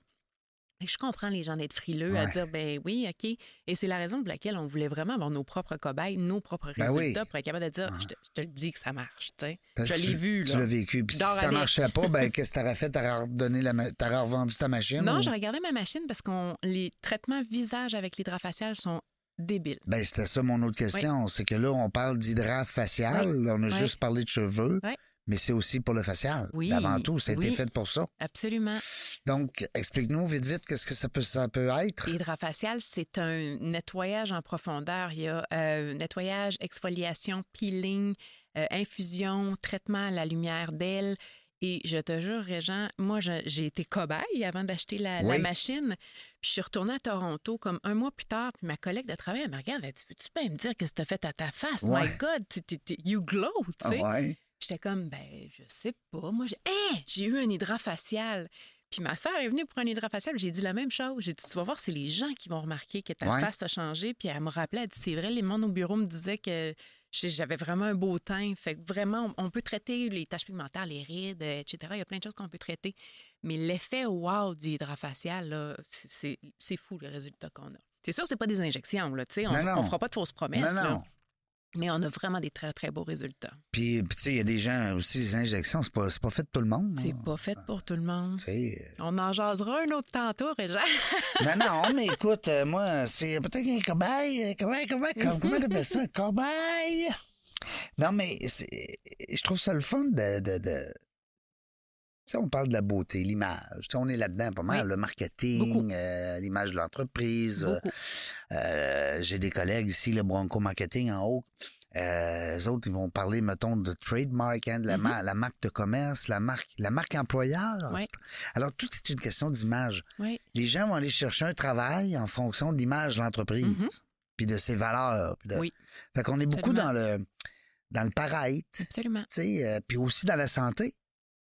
Speaker 3: Et je comprends les gens d'être frileux à
Speaker 2: Ouais.
Speaker 3: dire ben oui, OK. Et c'est la raison pour laquelle on voulait vraiment avoir nos propres cobayes, nos propres
Speaker 2: Ben oui.
Speaker 3: résultats pour être capable de dire
Speaker 2: Ouais.
Speaker 3: je, te, je te le dis que ça marche, tu sais.
Speaker 2: Parce
Speaker 3: Je
Speaker 2: que
Speaker 3: l'ai
Speaker 2: tu-
Speaker 3: vu,
Speaker 2: Tu
Speaker 3: là.
Speaker 2: l'as vécu. Puis si
Speaker 3: Dors
Speaker 2: ça
Speaker 3: avec.
Speaker 2: marchais pas, ben, qu'est-ce que t'aurais fait? T'aurais redonné la ma- t'aurais revendu ta machine?
Speaker 3: Non,
Speaker 2: ou-
Speaker 3: je regardais ma machine parce qu'on les traitements visage avec l'hydrafacial sont débiles.
Speaker 2: Ben, c'était ça mon autre question. C'est que là, on parle d'hydra facial. On a
Speaker 3: Ouais.
Speaker 2: juste parlé de cheveux.
Speaker 3: Ouais.
Speaker 2: Mais c'est aussi pour le facial.
Speaker 3: Oui,
Speaker 2: Avant tout, ça a été
Speaker 3: oui.
Speaker 2: fait pour ça.
Speaker 3: Absolument.
Speaker 2: Donc, explique-nous vite, vite, qu'est-ce que ça peut, ça peut être?
Speaker 3: L'hydrafacial, c'est un nettoyage en profondeur. Il y a euh, nettoyage, exfoliation, peeling, euh, infusion, traitement à la lumière d'aile. Et je te jure, Régent, moi, je- j'ai été cobaye avant d'acheter la, la
Speaker 2: Oui.
Speaker 3: machine. Puis je suis retournée à Toronto comme un mois plus tard. Puis ma collègue de travail, elle me regarde, elle dit Veux-tu bien me dire qu'est-ce que t'as fait à ta face My
Speaker 2: Ouais. Ah
Speaker 3: God, tu- tu- tu- you glow, tu sais.
Speaker 2: ouais.
Speaker 3: J'étais comme, ben, je sais pas. Moi, j'ai, Hein, j'ai eu un hydrafacial. Puis ma sœur est venue pour un hydrafacial. J'ai dit la même chose. J'ai dit, tu vas voir, c'est les gens qui vont remarquer que ta
Speaker 2: Ouais.
Speaker 3: face a changé. Puis elle me rappelait, elle dit, c'est vrai, les monde au bureau me disaient que j'ai- j'avais vraiment un beau teint. Fait que vraiment, on on peut traiter les taches pigmentaires, les rides, euh, etc. Il y a plein de choses qu'on peut traiter. Mais l'effet wow du hydrafacial, là, c'est- c'est c'est fou le résultat qu'on a. C'est sûr, c'est pas des injections, là, tu sais. On,
Speaker 2: Non, non.
Speaker 3: on fera pas de fausses promesses,
Speaker 2: non,
Speaker 3: là.
Speaker 2: non.
Speaker 3: mais on a vraiment des très, très beaux résultats.
Speaker 2: Puis, puis tu sais, il y a des gens aussi, les injections, c'est pas, c'est pas fait de tout le monde.
Speaker 3: C'est
Speaker 2: hein.
Speaker 3: pas fait pour tout le monde.
Speaker 2: Tu sais, euh,
Speaker 3: On en jasera un autre tantôt, Régent.
Speaker 2: Non, non, mais écoute, euh, moi, c'est peut-être un cobaye. euh, Cobaye, cobaye, com- comment t'appelles ça, un cobaye? Non, mais c'est- je trouve ça le fun de. de, de- Tu sais, on parle de la beauté, l'image. Tu sais, on est là-dedans pas mal,
Speaker 3: Oui.
Speaker 2: le marketing,
Speaker 3: Beaucoup.
Speaker 2: euh, l'image de l'entreprise. euh,
Speaker 3: Beaucoup.
Speaker 2: euh, J'ai des collègues ici, le Bronco Marketing en haut. Euh, eux autres, ils vont parler, mettons, de trademark, hein, de
Speaker 3: Mm-hmm.
Speaker 2: la, ma- la marque de commerce, la marque, la marque employeur.
Speaker 3: Oui.
Speaker 2: Alors, tout est une question d'image
Speaker 3: Oui,
Speaker 2: les gens vont aller chercher un travail en fonction de l'image de l'entreprise,
Speaker 3: Mhm.
Speaker 2: puis de ses valeurs. Puis de...
Speaker 3: Oui.
Speaker 2: Fait qu'on est beaucoup dans
Speaker 3: Absolument.
Speaker 2: le dans le paraître, tu
Speaker 3: absolument.
Speaker 2: sais, euh, puis aussi dans la santé.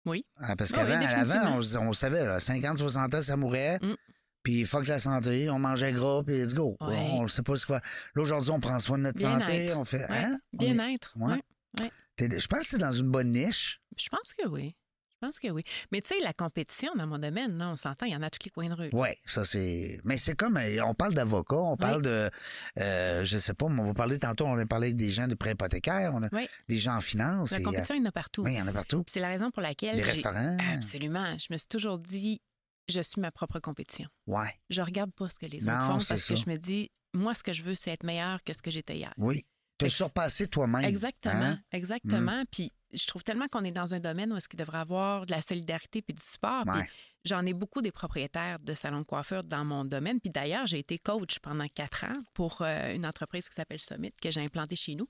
Speaker 3: Oui.
Speaker 2: Ah, parce
Speaker 3: Ah
Speaker 2: qu'avant,
Speaker 3: oui,
Speaker 2: à l'avant,
Speaker 3: définitivement.
Speaker 2: on, se- on savait, là, 50, 60 ans, ça mourait.
Speaker 3: Mm.
Speaker 2: Puis fuck la santé, on mangeait gras, puis let's go.
Speaker 3: Ouais.
Speaker 2: On ne sait pas ce qu'on va. Là, aujourd'hui, on prend soin de notre
Speaker 3: Bien-être.
Speaker 2: santé, on fait.
Speaker 3: Ouais,
Speaker 2: hein? On est-
Speaker 3: Bien-être.
Speaker 2: Ouais.
Speaker 3: ouais.
Speaker 2: t'es- Je pense que c'est dans une bonne niche.
Speaker 3: Je pense que oui. Je pense que oui. Mais tu sais, la compétition dans mon domaine, là, on s'entend, il y en a à tous les coins de rue.
Speaker 2: Oui, ça c'est. Mais c'est comme euh, on parle d'avocats, on parle de euh, je sais pas, mais on va parler tantôt, on a parlé avec des gens de prêt hypothécaire, on a
Speaker 3: Oui.
Speaker 2: des gens en finance.
Speaker 3: La
Speaker 2: et, euh,
Speaker 3: compétition, il y en a partout.
Speaker 2: oui, il y en a partout.
Speaker 3: Puis C'est la raison pour laquelle.
Speaker 2: Les
Speaker 3: j'ai-
Speaker 2: restaurants.
Speaker 3: Absolument. Je me suis toujours dit, je suis ma propre compétition.
Speaker 2: Ouais.
Speaker 3: Je regarde pas ce que les
Speaker 2: Non,
Speaker 3: autres font
Speaker 2: c'est
Speaker 3: parce que
Speaker 2: ça.
Speaker 3: je me dis, moi, ce que je veux, c'est être meilleur que ce que j'étais hier.
Speaker 2: Oui. Te
Speaker 3: Fait que-
Speaker 2: surpasser toi-même.
Speaker 3: Exactement,
Speaker 2: hein?
Speaker 3: exactement. Puis je trouve tellement qu'on est dans un domaine où est-ce qu'il devrait avoir de la solidarité puis du support. Ah, Puis
Speaker 2: Ouais.
Speaker 3: J'en ai beaucoup des propriétaires de salons de coiffure dans mon domaine. Puis d'ailleurs, j'ai été coach pendant quatre ans pour euh, une entreprise qui s'appelle Summit que j'ai implantée chez nous.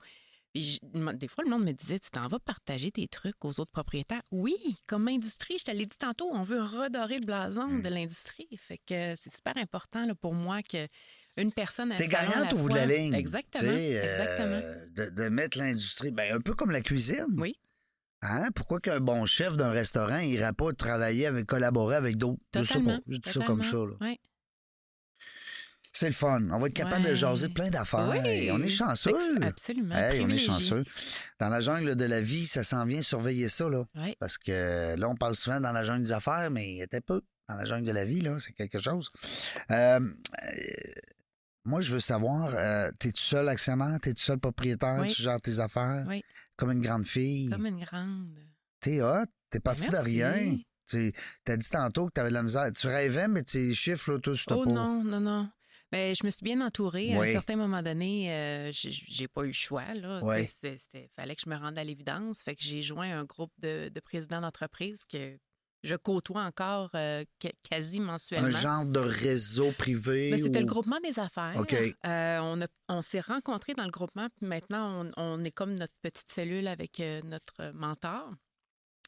Speaker 3: Puis je- m- des fois, le monde me disait, tu t'en vas partager tes trucs aux autres propriétaires. Oui, comme industrie, je te l'ai dit tantôt, on veut redorer le blason
Speaker 2: Mm.
Speaker 3: de l'industrie. Fait que c'est super important là, pour moi que une personne... à un
Speaker 2: T'es
Speaker 3: salon à
Speaker 2: gagnante
Speaker 3: la
Speaker 2: au bout de la
Speaker 3: fois-
Speaker 2: ligne.
Speaker 3: Exactement,
Speaker 2: tu sais, euh,
Speaker 3: exactement.
Speaker 2: de, de mettre l'industrie, ben, un peu comme la cuisine.
Speaker 3: Oui.
Speaker 2: Hein? Pourquoi qu'un bon chef d'un restaurant ira pas travailler avec, collaborer avec d'autres? Je sais pas.
Speaker 3: Totalement,
Speaker 2: Je dis ça comme ça.
Speaker 3: totalement,
Speaker 2: là.
Speaker 3: ouais.
Speaker 2: C'est le fun. On va être capable de
Speaker 3: Ouais.
Speaker 2: jaser de plein d'affaires. Et on est chanceux.
Speaker 3: Ex- Absolument.
Speaker 2: Hey, on est
Speaker 3: privilégié.
Speaker 2: chanceux. Dans la jungle de la vie, ça s'en vient surveiller ça, là.
Speaker 3: Ouais.
Speaker 2: Parce que là, on parle souvent dans la jungle des affaires, mais il y a très peu. Dans la jungle de la vie, là, c'est quelque chose. Euh, euh, moi, je veux savoir, euh, t'es tout seul actionnaire, t'es tout seul propriétaire,
Speaker 3: Oui.
Speaker 2: tu gères tes affaires,
Speaker 3: Oui.
Speaker 2: comme une grande fille.
Speaker 3: Comme une grande.
Speaker 2: T'es hot, t'es parti de
Speaker 3: Merci.
Speaker 2: rien. Tu as dit tantôt que t'avais de la misère. Tu rêvais, mais tes chiffres, là, tout, tu t'as
Speaker 3: Oh
Speaker 2: pas.
Speaker 3: non, non, non. Mais je me suis bien entourée. À
Speaker 2: Oui.
Speaker 3: un certain moment donné, euh, j'ai- j'ai pas eu le choix. Là.
Speaker 2: Oui.
Speaker 3: C'est- c'était- fallait que je me rende à l'évidence. Fait que j'ai joint un groupe de, de présidents d'entreprise que je côtoie encore euh, que- quasi mensuellement.
Speaker 2: Un genre de réseau privé.
Speaker 3: Mais Ben, c'était
Speaker 2: ou-
Speaker 3: le groupement des affaires.
Speaker 2: OK.
Speaker 3: Euh, on a- on s'est rencontrés dans le groupement, puis maintenant, on, on est comme notre petite cellule avec euh, notre mentor.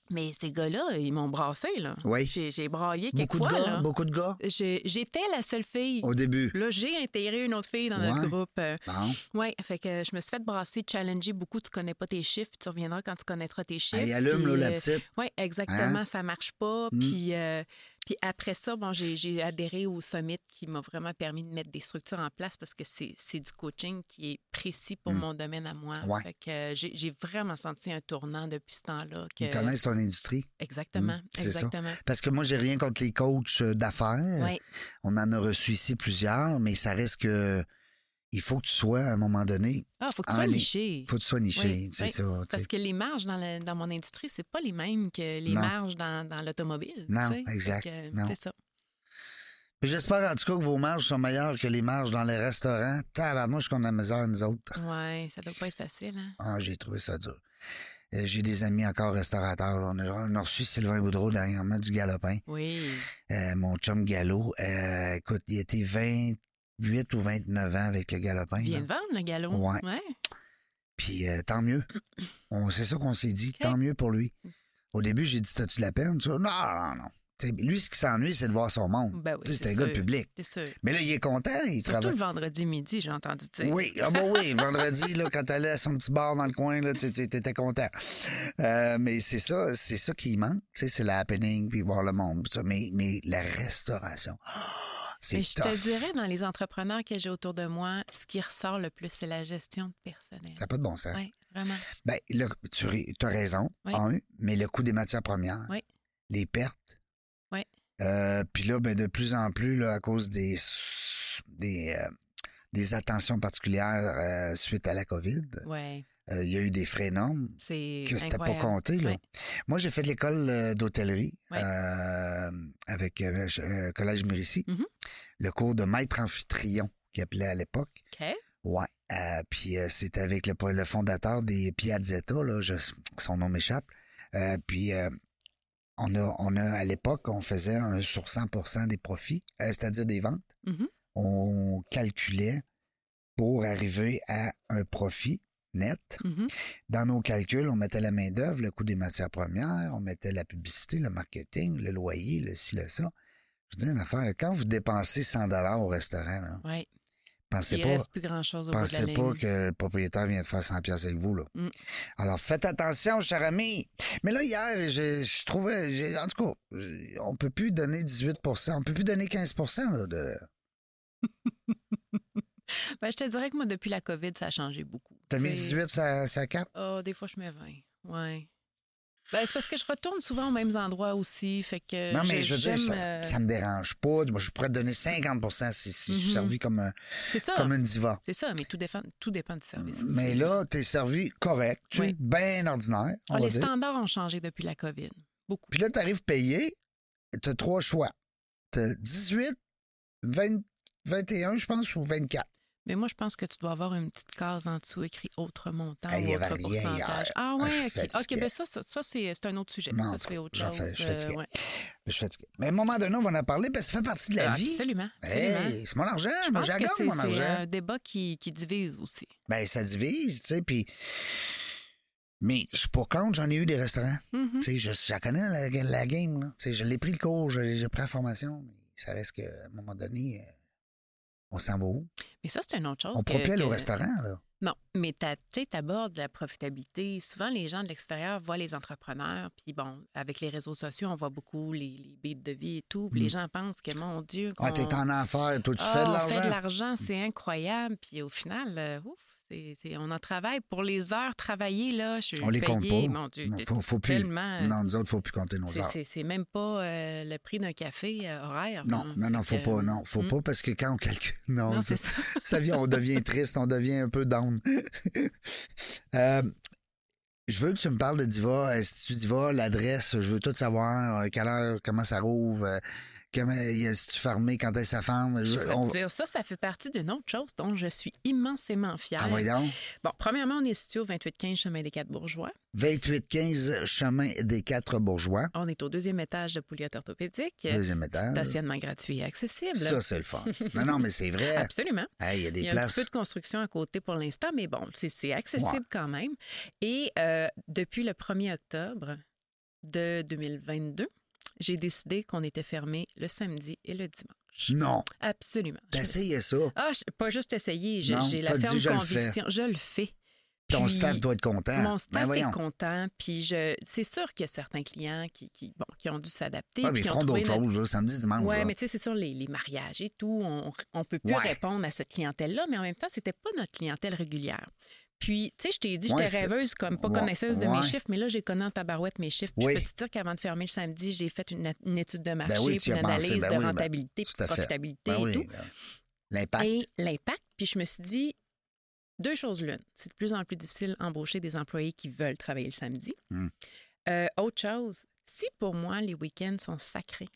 Speaker 3: Mais ces gars-là, ils m'ont brassé, là.
Speaker 2: Oui.
Speaker 3: J'ai, j'ai braillé
Speaker 2: Beaucoup de
Speaker 3: quelquefois,
Speaker 2: gars,
Speaker 3: là.
Speaker 2: beaucoup de gars
Speaker 3: J'ai- j'étais la seule fille.
Speaker 2: au début.
Speaker 3: Là, j'ai intégré une autre fille dans
Speaker 2: Ouais.
Speaker 3: notre groupe.
Speaker 2: Bon.
Speaker 3: oui, fait que je me suis fait brasser, challenger beaucoup. Tu connais pas tes chiffres, puis tu reviendras quand tu connaîtras tes chiffres.
Speaker 2: Elle allume, là, la petite. Hein?
Speaker 3: Oui, exactement, ça marche pas.
Speaker 2: Mm.
Speaker 3: Puis, euh, puis après ça, bon, j'ai, j'ai adhéré au Summit qui m'a vraiment permis de mettre des structures en place parce que c'est, c'est du coaching qui est précis pour
Speaker 2: Mm.
Speaker 3: mon domaine à moi.
Speaker 2: Ouais.
Speaker 3: Fait que euh, j'ai, j'ai vraiment senti un tournant depuis ce temps-là. Que...
Speaker 2: Ils connaissent ton industrie.
Speaker 3: Exactement,
Speaker 2: Mm, c'est ça.
Speaker 3: exactement.
Speaker 2: Parce que moi, j'ai rien contre les coachs euh, d'affaires.
Speaker 3: Ouais.
Speaker 2: On en a reçu ici plusieurs, mais ça reste que. Il faut que tu sois, à un moment donné,
Speaker 3: Ah, faut que
Speaker 2: Ah,
Speaker 3: tu sois
Speaker 2: les-
Speaker 3: niché.
Speaker 2: il faut que tu sois niché.
Speaker 3: Oui,
Speaker 2: c'est
Speaker 3: oui.
Speaker 2: ça. tu
Speaker 3: Parce
Speaker 2: sais.
Speaker 3: que les marges dans, le- dans mon industrie, c'est pas les mêmes que les
Speaker 2: Non.
Speaker 3: marges dans, dans l'automobile.
Speaker 2: Non,
Speaker 3: tu sais. Fait
Speaker 2: exact,
Speaker 3: que, euh,
Speaker 2: non.
Speaker 3: C'est ça.
Speaker 2: Puis J'espère en tout cas que vos marges sont meilleures que les marges dans les restaurants. Tabarnouche qu'on a misère, nous autres.
Speaker 3: Ouais, ça doit pas être facile. Hein?
Speaker 2: Ah, j'ai trouvé ça dur. Euh, J'ai des amis encore restaurateurs. là. On, a, on a reçu Sylvain Boudreau dernièrement du Galopin.
Speaker 3: Oui.
Speaker 2: Euh, mon chum Gallo, euh, écoute, il était 28 ou 29 ans avec le Galopin. là.
Speaker 3: Bien de vendre le galop.
Speaker 2: Ouais.
Speaker 3: ouais.
Speaker 2: Puis euh, tant mieux. On, c'est ça qu'on s'est dit.
Speaker 3: Ok. Mm.
Speaker 2: Tant mieux pour lui. Au début, j'ai dit T'as-tu de la peine ça? Non, non, non. Tu sais, lui, ce qui s'ennuie, c'est de voir son monde.
Speaker 3: Ben oui,
Speaker 2: Tu sais, c'est un
Speaker 3: c'est
Speaker 2: gars de
Speaker 3: sûr.
Speaker 2: public.
Speaker 3: C'est sûr.
Speaker 2: Mais là, il est content, il
Speaker 3: Surtout
Speaker 2: travaille.
Speaker 3: le vendredi midi, j'ai entendu dire.
Speaker 2: Oui, ah ben oui, vendredi, là, quand t'allais à son petit bar dans le coin, là, tu tu- t'étais content. Euh, mais c'est ça, c'est ça qui manque, tu sais, c'est la happening, puis voir le monde, puis ça. Mais, mais la restauration, ah, c'est
Speaker 3: Mais je te
Speaker 2: tough.
Speaker 3: dirais, dans les entrepreneurs que j'ai autour de moi, ce qui ressort le plus, c'est la gestion de personnel.
Speaker 2: Ça n'a pas de bon sens.
Speaker 3: Oui, vraiment.
Speaker 2: Ben, là, tu as raison,
Speaker 3: Oui.
Speaker 2: en un, mais le coût des matières premières,
Speaker 3: Oui.
Speaker 2: les pertes.
Speaker 3: Oui.
Speaker 2: Euh, puis là, ben, de plus en plus, là, à cause des, s- des, euh, des attentions particulières euh, suite à la COVID, euh,
Speaker 3: Oui,
Speaker 2: il y a eu des frais énormes.
Speaker 3: c'est
Speaker 2: que c'était pas
Speaker 3: incroyable.
Speaker 2: compté. Là.
Speaker 3: Ouais.
Speaker 2: Moi, j'ai fait de l'école euh, d'hôtellerie
Speaker 3: Ouais.
Speaker 2: euh, avec euh, je- euh, Collège Mérissi,
Speaker 3: Mhm.
Speaker 2: le cours de maître amphitryon qui appelait à l'époque.
Speaker 3: OK.
Speaker 2: Ouais. Euh, puis euh, c'était avec le, le fondateur des Piazzetta, là, je- son nom m'échappe. Euh, puis euh, on a, on a à l'époque, on faisait un sur 100% des profits, euh, c'est-à-dire des ventes.
Speaker 3: Mhm.
Speaker 2: On calculait pour arriver à un profit net
Speaker 3: Mhm.
Speaker 2: dans nos calculs, on mettait la main-d'œuvre, le coût des matières premières, on mettait la publicité, le marketing, le loyer, le ci, le ça. Je veux dire, une affaire, là, quand vous dépensez 100 au restaurant, là,
Speaker 3: Ouais.
Speaker 2: pensez
Speaker 3: Il
Speaker 2: pas.
Speaker 3: reste plus grand-chose au bout de la
Speaker 2: Pensez
Speaker 3: ligne.
Speaker 2: pas que le propriétaire vient de faire 100 pièces avec vous. Là.
Speaker 3: Mm.
Speaker 2: Alors, faites attention, cher ami. Mais là, hier, je, je trouvais... j'ai- en tout cas, j'ai- on peut plus donner 18 on peut plus donner 15 là, de...
Speaker 3: Ben, je te dirais que moi, depuis la COVID, ça a changé beaucoup.
Speaker 2: T'as mis
Speaker 3: C'est-
Speaker 2: 18 ça, ça carte?
Speaker 3: Ah, des fois, je mets 20. Oui. Ben, c'est parce que je retourne souvent aux mêmes endroits aussi. Fait que
Speaker 2: Non, mais
Speaker 3: j'ai-
Speaker 2: je veux dire,
Speaker 3: j'aime,
Speaker 2: ça,
Speaker 3: euh,
Speaker 2: ça me dérange pas. Moi, je pourrais te donner 50 si, si je suis
Speaker 3: Mhm.
Speaker 2: servi comme un,
Speaker 3: C'est ça.
Speaker 2: comme une diva.
Speaker 3: C'est ça, mais tout dépend, tout dépend du service. aussi.
Speaker 2: Mais là, t'es servi correct, tu
Speaker 3: Oui.
Speaker 2: bien ordinaire, on va
Speaker 3: Ah, les
Speaker 2: dire.
Speaker 3: standards ont changé depuis la COVID. Beaucoup.
Speaker 2: Puis là, t'arrives payé, t'as trois choix. T'as 18, 20, 21, je pense, ou 24.
Speaker 3: Mais moi, je pense que tu dois avoir une petite case en dessous écrit autre montant
Speaker 2: Ah, il y
Speaker 3: ou
Speaker 2: avait
Speaker 3: autre
Speaker 2: rien hier.
Speaker 3: pourcentage. Ah
Speaker 2: Ah, je suis
Speaker 3: oui, OK. OK,
Speaker 2: fatigué.
Speaker 3: ben ça, ça, ça, c'est c'est un autre sujet.
Speaker 2: Non,
Speaker 3: ça, c'est autre
Speaker 2: j'en
Speaker 3: chose. euh,
Speaker 2: fais- je suis fatigué.
Speaker 3: ouais.
Speaker 2: Je suis fatigué. Mais à un moment donné, on va en parler parce que ça fait partie de la
Speaker 3: Ah,
Speaker 2: vie.
Speaker 3: Absolument. absolument.
Speaker 2: Hey, c'est mon argent,
Speaker 3: Je
Speaker 2: moi
Speaker 3: pense que
Speaker 2: j'agarde
Speaker 3: c'est- euh,
Speaker 2: mon
Speaker 3: c'est
Speaker 2: argent.
Speaker 3: un débat qui, qui divise aussi.
Speaker 2: Ben ça divise, tu sais, puis... Mais je suis pas contre, j'en ai eu des restaurants.
Speaker 3: Mhm.
Speaker 2: Tu sais, je, je connais la, la game, là. Tu sais, je l'ai pris le cours, je- j'ai pris la formation, mais ça reste qu'à un moment donné, euh, on s'en va où?
Speaker 3: Mais ça, c'est une autre chose.
Speaker 2: On
Speaker 3: que-
Speaker 2: propelle au
Speaker 3: que-
Speaker 2: restaurant, là.
Speaker 3: Non, mais t'as- tu sais, abordes la profitabilité. Souvent, les gens de l'extérieur voient les entrepreneurs. Puis bon, avec les réseaux sociaux, on voit beaucoup les, les bêtes de vie et tout. Puis les gens pensent que, mon Dieu,
Speaker 2: Mm. Ah,
Speaker 3: qu'on-
Speaker 2: t'es en enfer, toi, tu
Speaker 3: Ah,
Speaker 2: fais de
Speaker 3: on
Speaker 2: l'argent.
Speaker 3: fait de
Speaker 2: Mm.
Speaker 3: l'argent, c'est incroyable. Puis au final, euh, ouf, c'est- c'est- on en travaille pour les heures travaillées. Là, je suis
Speaker 2: On les compte
Speaker 3: payée,
Speaker 2: pas.
Speaker 3: Mon Dieu,
Speaker 2: Non,
Speaker 3: c'est
Speaker 2: faut, faut plus.
Speaker 3: tellement. euh,
Speaker 2: Non, nous autres, faut plus compter nos
Speaker 3: c'est-
Speaker 2: heures.
Speaker 3: c'est- C'est même pas euh, le prix d'un café euh, horaire.
Speaker 2: Non,
Speaker 3: là.
Speaker 2: non, non, faut
Speaker 3: Fait que,
Speaker 2: pas, non, faut
Speaker 3: hmm.
Speaker 2: pas, parce que quand on calcule, non,
Speaker 3: Non,
Speaker 2: ça,
Speaker 3: c'est ça.
Speaker 2: ça vient, on devient triste, on devient un peu down. Euh, je veux que tu me parles de Diva, Institut Diva, l'adresse, je veux tout savoir, euh, quelle heure, comment ça rouvre, euh, Comment est-ce fermé quand est sa femme?
Speaker 3: Je
Speaker 2: Je-
Speaker 3: vais
Speaker 2: on-
Speaker 3: te dire, ça, ça fait partie d'une autre chose dont je suis immensément fière.
Speaker 2: Ah, voyons donc.
Speaker 3: bon, premièrement, on est situé au 28-15 Chemin des Quatre Bourgeois.
Speaker 2: 28-15 Chemin des Quatre Bourgeois,
Speaker 3: On est au deuxième étage de Pouliot orthopédique.
Speaker 2: deuxième étage.
Speaker 3: Stationnement gratuit et accessible.
Speaker 2: Ça, c'est le fun. Non, non, mais c'est vrai.
Speaker 3: Absolument.
Speaker 2: Hey, Il y a
Speaker 3: Il
Speaker 2: des
Speaker 3: y a un petit
Speaker 2: places.
Speaker 3: peu de construction à côté pour l'instant, mais bon, c'est- c'est accessible
Speaker 2: Ouais.
Speaker 3: quand même. Et euh, depuis le 1er octobre de 2022, j'ai décidé qu'on était fermé le samedi et le dimanche.
Speaker 2: Non,
Speaker 3: Absolument. Je-
Speaker 2: t'essayais ça.
Speaker 3: Ah, je- pas juste essayer, je-
Speaker 2: Ben, Non,
Speaker 3: j'ai la
Speaker 2: t'as dit,
Speaker 3: ferme
Speaker 2: je le fais.
Speaker 3: conviction. Je le fais.
Speaker 2: Ton
Speaker 3: Puis-
Speaker 2: staff doit être content.
Speaker 3: Mon
Speaker 2: Ben
Speaker 3: staff
Speaker 2: voyons.
Speaker 3: est content, puis je, c'est sûr qu'il y a certains clients qui, qui, bon, qui ont dû s'adapter.
Speaker 2: Ouais, mais
Speaker 3: puis
Speaker 2: ils
Speaker 3: qui ont
Speaker 2: feront
Speaker 3: trouvé
Speaker 2: d'autres
Speaker 3: notre-
Speaker 2: choses, là, samedi, dimanche.
Speaker 3: Ouais,
Speaker 2: là.
Speaker 3: mais tu sais, c'est sûr, les, les mariages et tout, on ne peut plus
Speaker 2: Ouais.
Speaker 3: répondre à cette clientèle-là, mais en même temps, c'était pas notre clientèle régulière. Puis, tu sais, je t'ai dit,
Speaker 2: Ouais,
Speaker 3: j'étais
Speaker 2: c'est-
Speaker 3: rêveuse, comme pas
Speaker 2: Ouais,
Speaker 3: connaisseuse de
Speaker 2: ouais.
Speaker 3: mes chiffres, mais là, j'ai connu en tabarouette mes chiffres. Puis
Speaker 2: Oui.
Speaker 3: Je peux te dire qu'avant de fermer le samedi, j'ai fait une, une étude de marché,
Speaker 2: Ben oui, tu
Speaker 3: puis
Speaker 2: y
Speaker 3: une
Speaker 2: as pensé.
Speaker 3: analyse
Speaker 2: Ben
Speaker 3: de
Speaker 2: oui, ben,
Speaker 3: rentabilité,
Speaker 2: tout
Speaker 3: puis
Speaker 2: à
Speaker 3: de
Speaker 2: fait.
Speaker 3: profitabilité
Speaker 2: Ben
Speaker 3: et
Speaker 2: oui,
Speaker 3: tout.
Speaker 2: ben, L'impact.
Speaker 3: Et l'impact, puis je me suis dit, deux choses l'une. C'est de plus en plus difficile d'embaucher des employés qui veulent travailler le samedi.
Speaker 2: Hmm.
Speaker 3: Euh, autre chose, si pour moi, les week-ends sont sacrés,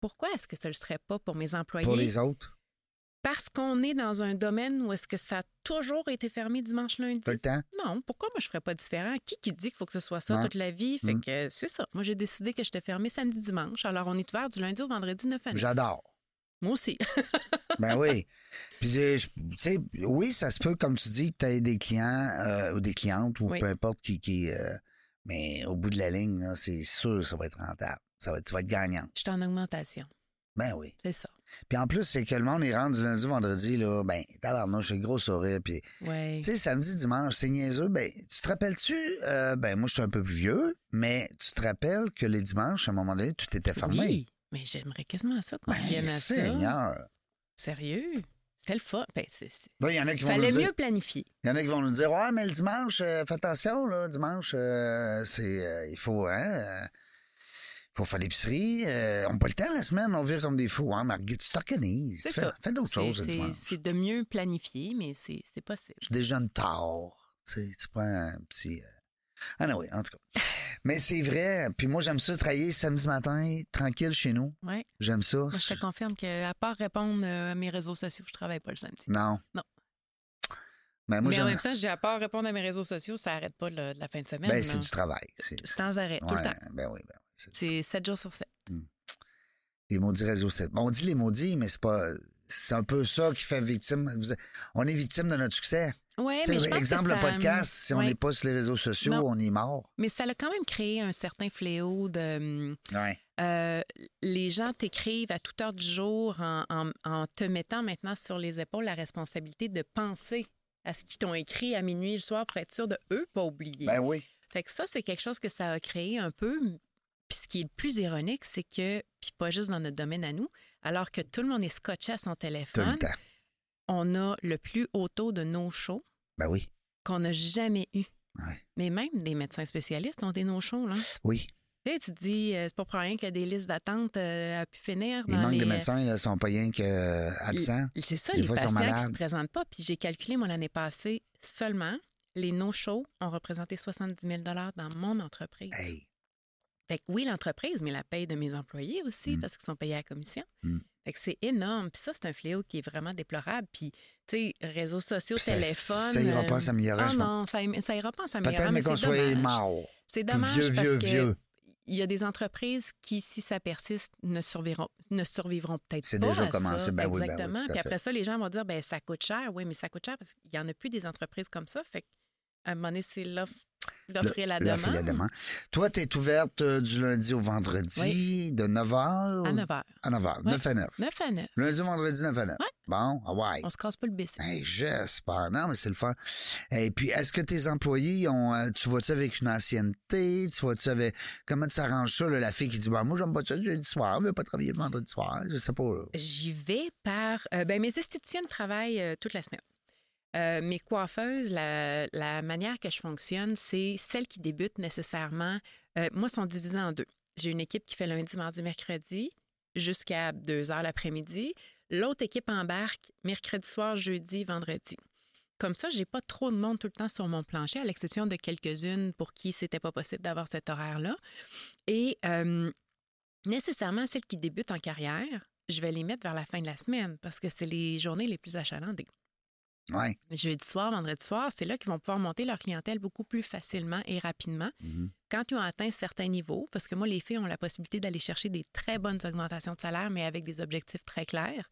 Speaker 3: pourquoi est-ce que ce ne le serait pas pour mes employés?
Speaker 2: Pour les autres,
Speaker 3: Parce qu'on est dans un domaine où est-ce que ça a toujours été fermé dimanche, lundi?
Speaker 2: tout le temps.
Speaker 3: Non, pourquoi moi je ferais pas différent? Qui qui dit qu'il faut que ce soit ça
Speaker 2: Ouais.
Speaker 3: toute la vie? Fait
Speaker 2: Mm.
Speaker 3: que c'est ça. Moi j'ai décidé que j'étais fermé samedi dimanche. Alors on est ouvert du lundi au vendredi 9 à 9.
Speaker 2: J'adore.
Speaker 3: Moi aussi.
Speaker 2: Ben oui. Puis, euh, je- tu sais, oui, ça se peut, comme tu dis, que tu aies des clients euh, ou des clientes ou
Speaker 3: Oui.
Speaker 2: peu importe qui. qui euh, mais au bout de la ligne, là, c'est sûr ça va être rentable. Ça va être, tu vas être gagnant.
Speaker 3: J'étais en augmentation.
Speaker 2: Ben oui.
Speaker 3: C'est ça.
Speaker 2: Puis en plus, c'est que le monde est rendu lundi, vendredi, là, ben, tabarnouche, c'est le gros sourire. Puis,
Speaker 3: Ouais.
Speaker 2: tu sais, samedi, dimanche, c'est niaiseux. Ben, tu te rappelles-tu, euh, ben, moi, je suis un peu plus vieux, mais tu te rappelles que les dimanches, à un moment donné, tout était fermé.
Speaker 3: Oui, mais j'aimerais quasiment ça qu'on
Speaker 2: Ben,
Speaker 3: revienne à ça.
Speaker 2: Seigneur.
Speaker 3: Sérieux? C'était le fun. Ben, c'est- c'est-
Speaker 2: Là, il y en a qui vont nous
Speaker 3: Fallait
Speaker 2: dire.
Speaker 3: mieux planifier.
Speaker 2: Il y en a qui vont nous dire Ouais, mais le dimanche, euh, fais attention, là, dimanche, euh, c'est. euh, il faut, hein? euh, faut faire l'épicerie. euh, on n'a pas le temps la semaine, on vire comme des fous, hein, Marguerite, tu t'organises.
Speaker 3: C'est
Speaker 2: fais,
Speaker 3: ça.
Speaker 2: Fais d'autres
Speaker 3: C'est
Speaker 2: choses le
Speaker 3: c'est-
Speaker 2: dimanche.
Speaker 3: c'est de mieux planifier, mais c'est c'est possible.
Speaker 2: Tu déjeunes tard. Tu sais, tu prends un petit. euh, Ah non, oui, en tout cas. Mais c'est vrai, puis moi j'aime ça travailler samedi matin, tranquille chez nous.
Speaker 3: Ouais.
Speaker 2: J'aime ça.
Speaker 3: Moi, je te confirme qu'à part répondre euh, à mes réseaux sociaux, je travaille pas le samedi.
Speaker 2: Non.
Speaker 3: Non.
Speaker 2: Ben, moi
Speaker 3: mais en
Speaker 2: j'aime.
Speaker 3: même temps, j'ai à part répondre à mes réseaux sociaux, ça arrête pas le- la fin de semaine.
Speaker 2: Ben,
Speaker 3: là.
Speaker 2: c'est du travail. C'est
Speaker 3: Sans arrêt, tout
Speaker 2: Ouais,
Speaker 3: le temps.
Speaker 2: Ben oui, ben oui. c'est du
Speaker 3: C'est 7 jours sur 7.
Speaker 2: Les maudits réseaux sociaux. Bon, on dit les maudits, mais c'est pas. C'est un peu ça qui fait victime. Vous- On est victime de notre succès.
Speaker 3: Oui,
Speaker 2: Tu
Speaker 3: mais
Speaker 2: sais,
Speaker 3: je pense
Speaker 2: exemple,
Speaker 3: que
Speaker 2: le
Speaker 3: ça-
Speaker 2: podcast, si on
Speaker 3: ouais.
Speaker 2: n'est pas sur les réseaux sociaux,
Speaker 3: Non.
Speaker 2: on est mort.
Speaker 3: Mais ça l'a quand même créé un certain fléau de... hum,
Speaker 2: Ouais.
Speaker 3: euh, les gens t'écrivent à toute heure du jour en, en- en te mettant maintenant sur les épaules la responsabilité de penser à ce qu'ils t'ont écrit à minuit le soir pour être sûr de eux pas oublier.
Speaker 2: Ben oui.
Speaker 3: Fait que ça, c'est quelque chose que ça a créé un peu. Puis ce qui est le plus ironique, c'est que, puis pas juste dans notre domaine à nous, alors que tout le monde est scotché à son
Speaker 2: Tout le
Speaker 3: téléphone,
Speaker 2: temps.
Speaker 3: on a le plus haut taux de no-show
Speaker 2: Ben oui.
Speaker 3: qu'on n'a jamais eu.
Speaker 2: Ouais.
Speaker 3: Mais même des médecins spécialistes ont des no-shows. là.
Speaker 2: Oui.
Speaker 3: Tu sais, tu te dis, euh, c'est pas pour rien qu'il y a des listes d'attente euh, à pu finir.
Speaker 2: Il
Speaker 3: dans
Speaker 2: manque
Speaker 3: les, euh,
Speaker 2: de médecins, ils sont pas rien que euh, absents.
Speaker 3: C'est ça,
Speaker 2: Des
Speaker 3: les
Speaker 2: fois, ils sont
Speaker 3: patients qui
Speaker 2: malades.
Speaker 3: se présentent pas. Puis j'ai calculé, moi, l'année passée, seulement, les no-shows ont représenté 70 000 dans mon entreprise.
Speaker 2: Hey.
Speaker 3: Fait que oui, l'entreprise, mais la paye de mes employés aussi, parce qu'ils sont payés à la commission.
Speaker 2: Mm.
Speaker 3: Fait que c'est énorme. Puis ça, c'est un fléau qui est vraiment déplorable. Puis, tu sais, réseaux sociaux,
Speaker 2: Puis ça-
Speaker 3: téléphone...
Speaker 2: ça ira pas en
Speaker 3: euh,
Speaker 2: s'améliorant,
Speaker 3: Ah
Speaker 2: je pense.
Speaker 3: non, ça, im- ça ira pas en s'améliorant,
Speaker 2: Peut-être, mais qu'on
Speaker 3: Ah, c'est
Speaker 2: soit
Speaker 3: dommage.
Speaker 2: mort.
Speaker 3: C'est dommage
Speaker 2: vieux,
Speaker 3: parce
Speaker 2: vieux,
Speaker 3: que
Speaker 2: vieux.
Speaker 3: il y a des entreprises qui, si ça persiste, ne survivront, ne survivront peut-être pas.
Speaker 2: C'est déjà
Speaker 3: à
Speaker 2: commencé.
Speaker 3: Ça.
Speaker 2: Ben oui, ben oui, tout
Speaker 3: Exactement.
Speaker 2: à
Speaker 3: Puis
Speaker 2: fait.
Speaker 3: après ça, les gens vont dire, ben ça coûte cher. Oui, mais ça coûte cher parce qu'il y en a plus des entreprises comme ça. Fait qu'à un moment donné, c'est l'offre l'offre et la
Speaker 2: L'offre et
Speaker 3: demande.
Speaker 2: Toi, tu es ouverte euh, du lundi au vendredi, de 9h.
Speaker 3: À 9 h.
Speaker 2: À 9h,
Speaker 3: Ouais.
Speaker 2: 9 à 9.
Speaker 3: 9 à 9.
Speaker 2: Lundi au vendredi, 9 à 9.
Speaker 3: Ouais.
Speaker 2: Bon, ah ouais.
Speaker 3: On se casse pas le BC.
Speaker 2: Hey, j'espère. Non, mais c'est le fun. Et puis, est-ce que tes employés ont. euh, Tu vois-tu avec une ancienneté? Tu vois-tu avec. Comment tu arranges ça, là, la fille qui dit bah, Moi, j'aime pas ça le jeudi soir, je veux pas travailler le vendredi soir. Je sais pas. là.
Speaker 3: J'y vais par. euh, ben, mes esthéticiennes travaillent euh, toute la semaine. Euh, mes coiffeuses, la, la manière que je fonctionne, c'est celles qui débutent nécessairement. euh, moi, sont divisées en deux. J'ai une équipe qui fait lundi, mardi, mercredi jusqu'à 2 heures l'après-midi. L'autre équipe embarque mercredi soir, jeudi, vendredi. Comme ça, j'ai pas trop de monde tout le temps sur mon plancher, à l'exception de quelques-unes pour qui c'était pas possible d'avoir cet horaire-là. Et euh, nécessairement celles qui débutent en carrière, je vais les mettre vers la fin de la semaine parce que c'est les journées les plus achalandées.
Speaker 2: Ouais.
Speaker 3: Jeudi soir, vendredi soir, c'est là qu'ils vont pouvoir monter leur clientèle beaucoup plus facilement et rapidement.
Speaker 2: Mhm.
Speaker 3: Quand ils ont atteint certains niveaux, parce que moi, les filles ont la possibilité d'aller chercher des très bonnes augmentations de salaire, mais avec des objectifs très clairs.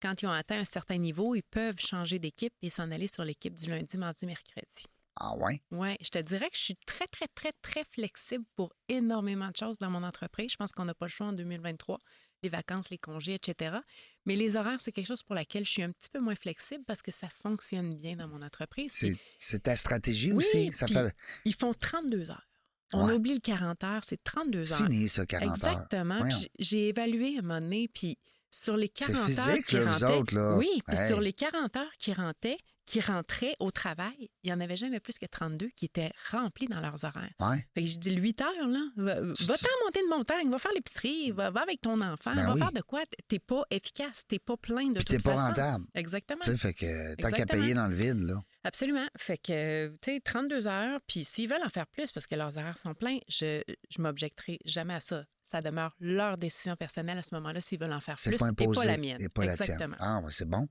Speaker 3: Quand ils ont atteint un certain niveau, ils peuvent changer d'équipe et s'en aller sur l'équipe du lundi, mardi, mercredi.
Speaker 2: Ah ouais.
Speaker 3: Oui, je te dirais que je suis très, très, très, très flexible pour énormément de choses dans mon entreprise. Je pense qu'on n'a pas le choix en 2023, les vacances, les congés, etc. Mais les horaires, c'est quelque chose pour laquelle je suis un petit peu moins flexible parce que ça fonctionne bien dans mon entreprise.
Speaker 2: C'est c'est ta stratégie
Speaker 3: Oui,
Speaker 2: aussi. Ça
Speaker 3: puis-
Speaker 2: fait
Speaker 3: Puis Ils font 32 heures. On
Speaker 2: Ouais.
Speaker 3: oublie le 40 heures, c'est 32 heures.
Speaker 2: fini, ça, 40 heures.
Speaker 3: Exactement. Puis
Speaker 2: Voyons.
Speaker 3: j'ai- J'ai évalué à un moment donné, puis sur les 40
Speaker 2: C'est
Speaker 3: heures
Speaker 2: physique,
Speaker 3: qui
Speaker 2: là, vous
Speaker 3: rentaient-
Speaker 2: autres, là.
Speaker 3: Oui, puis
Speaker 2: Hey.
Speaker 3: sur les 40 heures qui rentaient, qui rentraient au travail, il n'y en avait jamais plus que 32 qui étaient remplis dans leurs horaires.
Speaker 2: Ouais.
Speaker 3: Fait que je dis, le 8 heures, là, va-
Speaker 2: Tu-
Speaker 3: va-t'en monter une montagne, va faire l'épicerie, va, va avec ton enfant,
Speaker 2: Ben
Speaker 3: va
Speaker 2: oui.
Speaker 3: faire de quoi. T'es pas efficace, t'es pas plein de
Speaker 2: Puis
Speaker 3: toute
Speaker 2: t'es pas
Speaker 3: façon.
Speaker 2: rentable.
Speaker 3: Exactement.
Speaker 2: Tu sais, fait que t'as qu'à
Speaker 3: Exactement.
Speaker 2: payer dans le vide, là.
Speaker 3: Absolument. Fait que, tu sais, 32 heures, puis s'ils veulent en faire plus parce que leurs horaires sont pleins, je, je m'objecterai jamais à ça. Ça demeure leur décision personnelle à ce moment-là s'ils veulent en faire
Speaker 2: C'est
Speaker 3: plus
Speaker 2: pas
Speaker 3: et
Speaker 2: imposé.
Speaker 3: pas la mienne.
Speaker 2: Et pas la tienne.
Speaker 3: Exactement.
Speaker 2: Ah, ouais, c'est bon.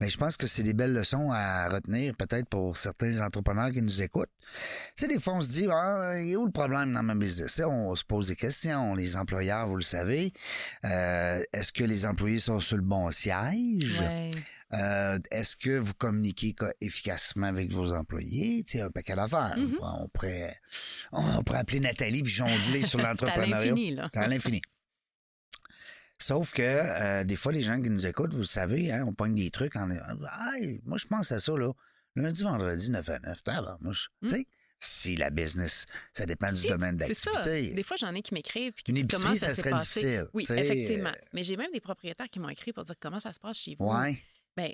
Speaker 2: Mais je pense que c'est des belles leçons à retenir, peut-être pour certains entrepreneurs qui nous écoutent. Tu sais, des fois, on se dit, ah, il est où le problème dans ma business? Tu sais, on se pose des questions. Les employeurs, vous le savez, euh, est-ce que les employés sont sur le bon siège?
Speaker 3: Ouais.
Speaker 2: Euh, Est-ce que vous communiquez co- efficacement avec vos employés? Tu sais, un paquet d'affaires.
Speaker 3: Mhm.
Speaker 2: on, pourrait, on pourrait appeler Nathalie puis jongler sur
Speaker 3: C'est à
Speaker 2: l'entrepreneuriat.
Speaker 3: l'infini, là.
Speaker 2: C'est à l'infini. Sauf que euh, des fois, les gens qui nous écoutent, vous le savez, hein, on pogne des trucs en. Hey, moi, je pense à ça, là. Lundi, vendredi, 9 à 9. Tabarnouche.
Speaker 3: Mm.
Speaker 2: Tu sais, si la business, ça dépend du
Speaker 3: Si,
Speaker 2: domaine
Speaker 3: c'est ça.
Speaker 2: d'activité.
Speaker 3: Des fois, j'en ai qui m'écrivent. puis qui
Speaker 2: Une
Speaker 3: disent comment
Speaker 2: épicerie, ça,
Speaker 3: s'est
Speaker 2: serait
Speaker 3: passé.
Speaker 2: difficile.
Speaker 3: Oui,
Speaker 2: tu sais. euh,
Speaker 3: effectivement. Mais j'ai même des propriétaires qui m'ont écrit pour dire comment ça se passe chez vous.
Speaker 2: Ouais.
Speaker 3: Ben-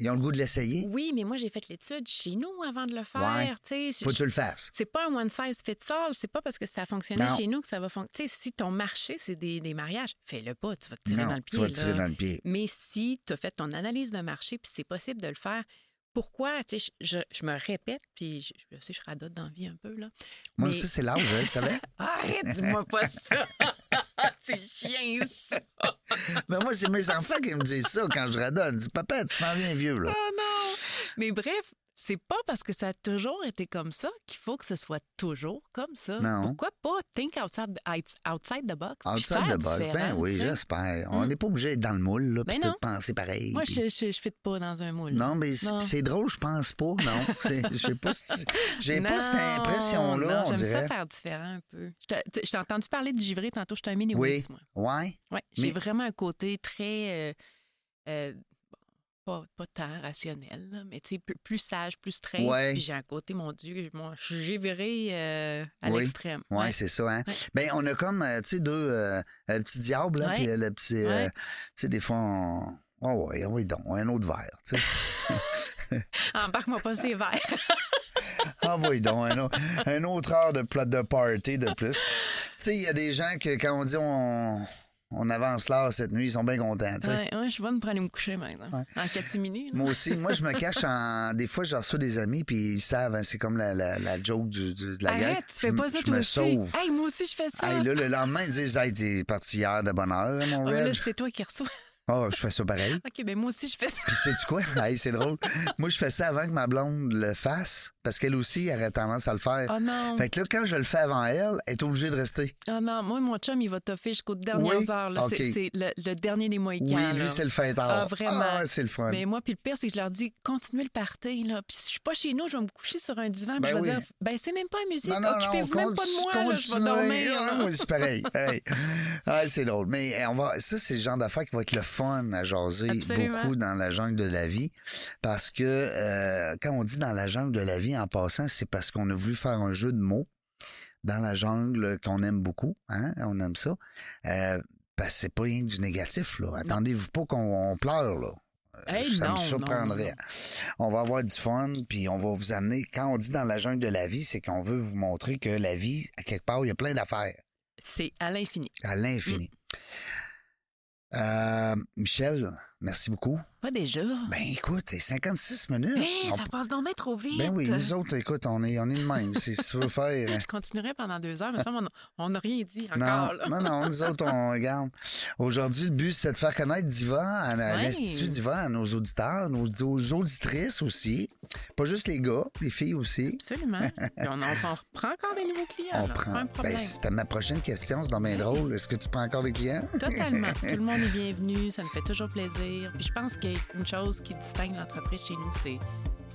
Speaker 2: Ils ont le goût de l'essayer.
Speaker 3: Oui, mais moi, j'ai fait l'étude chez nous avant de le faire.
Speaker 2: Ouais.
Speaker 3: tu sais.
Speaker 2: Faut que tu le fasses.
Speaker 3: C'est pas un one size fits all. C'est pas parce que ça a fonctionné
Speaker 2: Non.
Speaker 3: chez nous que ça va fonctionner. Si ton marché, c'est des, des mariages, fais-le pas. Tu vas te tirer
Speaker 2: Non,
Speaker 3: dans le
Speaker 2: tu
Speaker 3: pied.
Speaker 2: vas te tirer
Speaker 3: là.
Speaker 2: dans le pied.
Speaker 3: Mais si tu as fait ton analyse de marché puis c'est possible de le faire, pourquoi? Tu sais, je, je- je me répète, puis je, je sais, je radote d'envie un peu. là.
Speaker 2: Moi
Speaker 3: Mais-
Speaker 2: aussi, c'est l'âge, hein, tu savais?
Speaker 3: Arrête, dis-moi pas ça! c'est chien, ça!
Speaker 2: Mais moi, c'est mes enfants qui me disent ça quand je radonne. Ils disent, papa, tu t'en viens vieux, là.
Speaker 3: Oh non! Mais bref, c'est pas parce que ça a toujours été comme ça qu'il faut que ce soit toujours comme ça.
Speaker 2: Non.
Speaker 3: Pourquoi pas think outside, out- outside the box? puis
Speaker 2: Outside
Speaker 3: faire
Speaker 2: the box. Ben
Speaker 3: différent,
Speaker 2: oui,
Speaker 3: tu sais.
Speaker 2: j'espère. On
Speaker 3: Mm.
Speaker 2: n'est pas obligé d'être dans le moule, là,
Speaker 3: Ben
Speaker 2: puis tout
Speaker 3: non.
Speaker 2: penser pareil.
Speaker 3: Moi,
Speaker 2: puis-
Speaker 3: je, je, je fit pas dans un moule.
Speaker 2: Non, mais c'est-
Speaker 3: Non.
Speaker 2: c'est drôle, je pense pas, non. C'est- Je sais pas si- J'ai pas cette
Speaker 3: Non,
Speaker 2: impression-là,
Speaker 3: non,
Speaker 2: on
Speaker 3: J'aime
Speaker 2: dirait.
Speaker 3: ça faire différent un peu. Je t'ai- t- Je t'ai entendu parler de givré tantôt, je suis un mini
Speaker 2: Oui.
Speaker 3: oui. moi.
Speaker 2: Ouais.
Speaker 3: Ouais, j'ai
Speaker 2: Mais-
Speaker 3: vraiment un côté très. euh, euh, bon, pas, pas tant rationnel, là, mais tu sais, plus, plus sage, plus straight.
Speaker 2: Ouais.
Speaker 3: Puis j'ai un côté, mon Dieu, mon- je suis givré euh, à
Speaker 2: Oui.
Speaker 3: l'extrême.
Speaker 2: Ouais,
Speaker 3: Ouais.
Speaker 2: c'est ça, hein.
Speaker 3: Ouais.
Speaker 2: Ben, on a comme, euh, tu sais, deux, euh, le petit diable, là,
Speaker 3: Ouais.
Speaker 2: puis le petit, euh,
Speaker 3: Ouais.
Speaker 2: tu sais, des fois, on... Oh ouais, oui, donc, un autre verre, tu sais.
Speaker 3: Embarque-moi pas sévère.
Speaker 2: Ah oui, donc, un, au- un autre heure de, plat de party de plus. Tu sais, il y a des gens que quand on dit on, on avance l'heure cette nuit, ils sont bien contents, tu sais.
Speaker 3: ouais, ouais, je suis bonne pour aller me coucher maintenant. En catimini. là.
Speaker 2: Moi aussi. Moi, je me cache en. Des fois, je reçois des amis, puis ils savent, hein, c'est comme la, la, la joke du, du- de la guerre.
Speaker 3: Arrête, tu fais pas ça
Speaker 2: je
Speaker 3: toi
Speaker 2: me
Speaker 3: aussi.
Speaker 2: sauve.
Speaker 3: Hey, moi aussi, je fais ça.
Speaker 2: Hey, là, le lendemain, ils disent Hey, t'es parti hier de bonne heure, hein, mon
Speaker 3: Ah, mais là,
Speaker 2: Reg.
Speaker 3: c'est toi qui reçois.
Speaker 2: Oh, je fais ça pareil.
Speaker 3: OK, ben moi aussi, je fais ça.
Speaker 2: Puis, sais-tu quoi? Hey, c'est drôle. Moi, je fais ça avant que ma blonde le fasse, parce qu'elle aussi, elle aurait tendance à le faire.
Speaker 3: Oh non.
Speaker 2: Fait que là, quand je le fais avant elle, elle est obligée de rester.
Speaker 3: Ah non, moi, mon chum, il va toffer jusqu'aux dernières
Speaker 2: Oui?
Speaker 3: heures. là. C'est-
Speaker 2: OK.
Speaker 3: C'est le, le dernier des Mohicans.
Speaker 2: Oui,
Speaker 3: là.
Speaker 2: lui, c'est le fin tard.
Speaker 3: Ah, vraiment.
Speaker 2: c'est le fun.
Speaker 3: Mais moi, puis le pire, c'est que je leur dis, continuez le party. Là. Puis si je suis pas chez nous, je vais me coucher sur un divan. puis
Speaker 2: Ben
Speaker 3: je vais
Speaker 2: oui.
Speaker 3: dire, ben c'est même pas la musique.
Speaker 2: Non, non, non,
Speaker 3: Occupez-vous même pas de
Speaker 2: continue-
Speaker 3: moi. là, je vais
Speaker 2: continuez.
Speaker 3: dormir.
Speaker 2: Ah,
Speaker 3: là.
Speaker 2: moi, c'est pareil. pareil. Ah, c'est drôle. Mais eh, on va, ça, c'est le genre d'affaire qui va être le fun à jaser
Speaker 3: Absolument.
Speaker 2: beaucoup dans la jungle de la vie. Parce que euh, quand on dit dans la jungle de la vie, en passant, c'est parce qu'on a voulu faire un jeu de mots dans la jungle qu'on aime beaucoup. Hein? On aime ça. Euh, parce que c'est pas rien que du négatif. là. Attendez-vous pas qu'on on pleure. Là. Euh,
Speaker 3: Hey,
Speaker 2: ça
Speaker 3: non,
Speaker 2: me
Speaker 3: non,
Speaker 2: surprendrait. On va avoir du fun, puis on va vous amener. Quand on dit dans la jungle de la vie, c'est qu'on veut vous montrer que la vie, à quelque part, il y a plein d'affaires,
Speaker 3: C'est à l'infini. Mm.
Speaker 2: à l'infini. Euh, Michel, Merci beaucoup.
Speaker 3: Pas déjà.
Speaker 2: Ben écoute, et 56 minutes.
Speaker 3: Hey,
Speaker 2: On
Speaker 3: Eh, ça passe donc bien trop vite.
Speaker 2: Ben oui, nous autres, écoute, on est, on est le même. Si tu veux faire.
Speaker 3: Je continuerai pendant deux heures, mais ça, on n'a rien dit
Speaker 2: Non,
Speaker 3: encore. là.
Speaker 2: non, non, nous autres, on regarde. Aujourd'hui, le but, c'est de faire connaître Diva, à la-
Speaker 3: Ouais.
Speaker 2: l'Institut Diva, à nos auditeurs, nos, aux auditrices aussi. Pas juste les gars, les filles aussi.
Speaker 3: Absolument. Puis on, en- on reprend encore des nouveaux clients.
Speaker 2: On
Speaker 3: là.
Speaker 2: prend.
Speaker 3: Pas un
Speaker 2: Ben,
Speaker 3: problème.
Speaker 2: c'était ma prochaine question, c'est dans bien drôle. Est-ce que tu prends encore des clients?
Speaker 3: Totalement. Tout le monde est bienvenu. Ça me fait toujours plaisir. Puis je pense qu'une chose qui distingue l'entreprise chez nous, c'est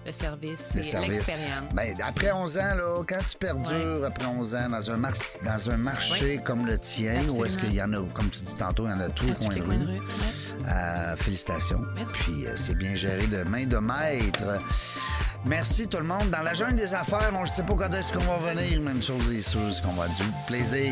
Speaker 3: le service,
Speaker 2: Le
Speaker 3: c'est
Speaker 2: service.
Speaker 3: l'expérience.
Speaker 2: Ben, après 11 ans, là, quand tu perdures après 11 ans dans un, mar- dans un marché comme le tien,
Speaker 3: Absolument.
Speaker 2: où est-ce qu'il y en a, comme tu dis tantôt, il y en a tout
Speaker 3: À
Speaker 2: au
Speaker 3: tous
Speaker 2: coin
Speaker 3: les
Speaker 2: de
Speaker 3: coins de
Speaker 2: rue.
Speaker 3: rue. Ouais.
Speaker 2: Euh, félicitations.
Speaker 3: Merci.
Speaker 2: Puis euh, c'est bien géré de main de maître. Merci tout le monde. Dans la jungle des affaires, on ne sait pas quand est-ce qu'on va venir. Même chose et sûre, c'est qu'on va du plaisir.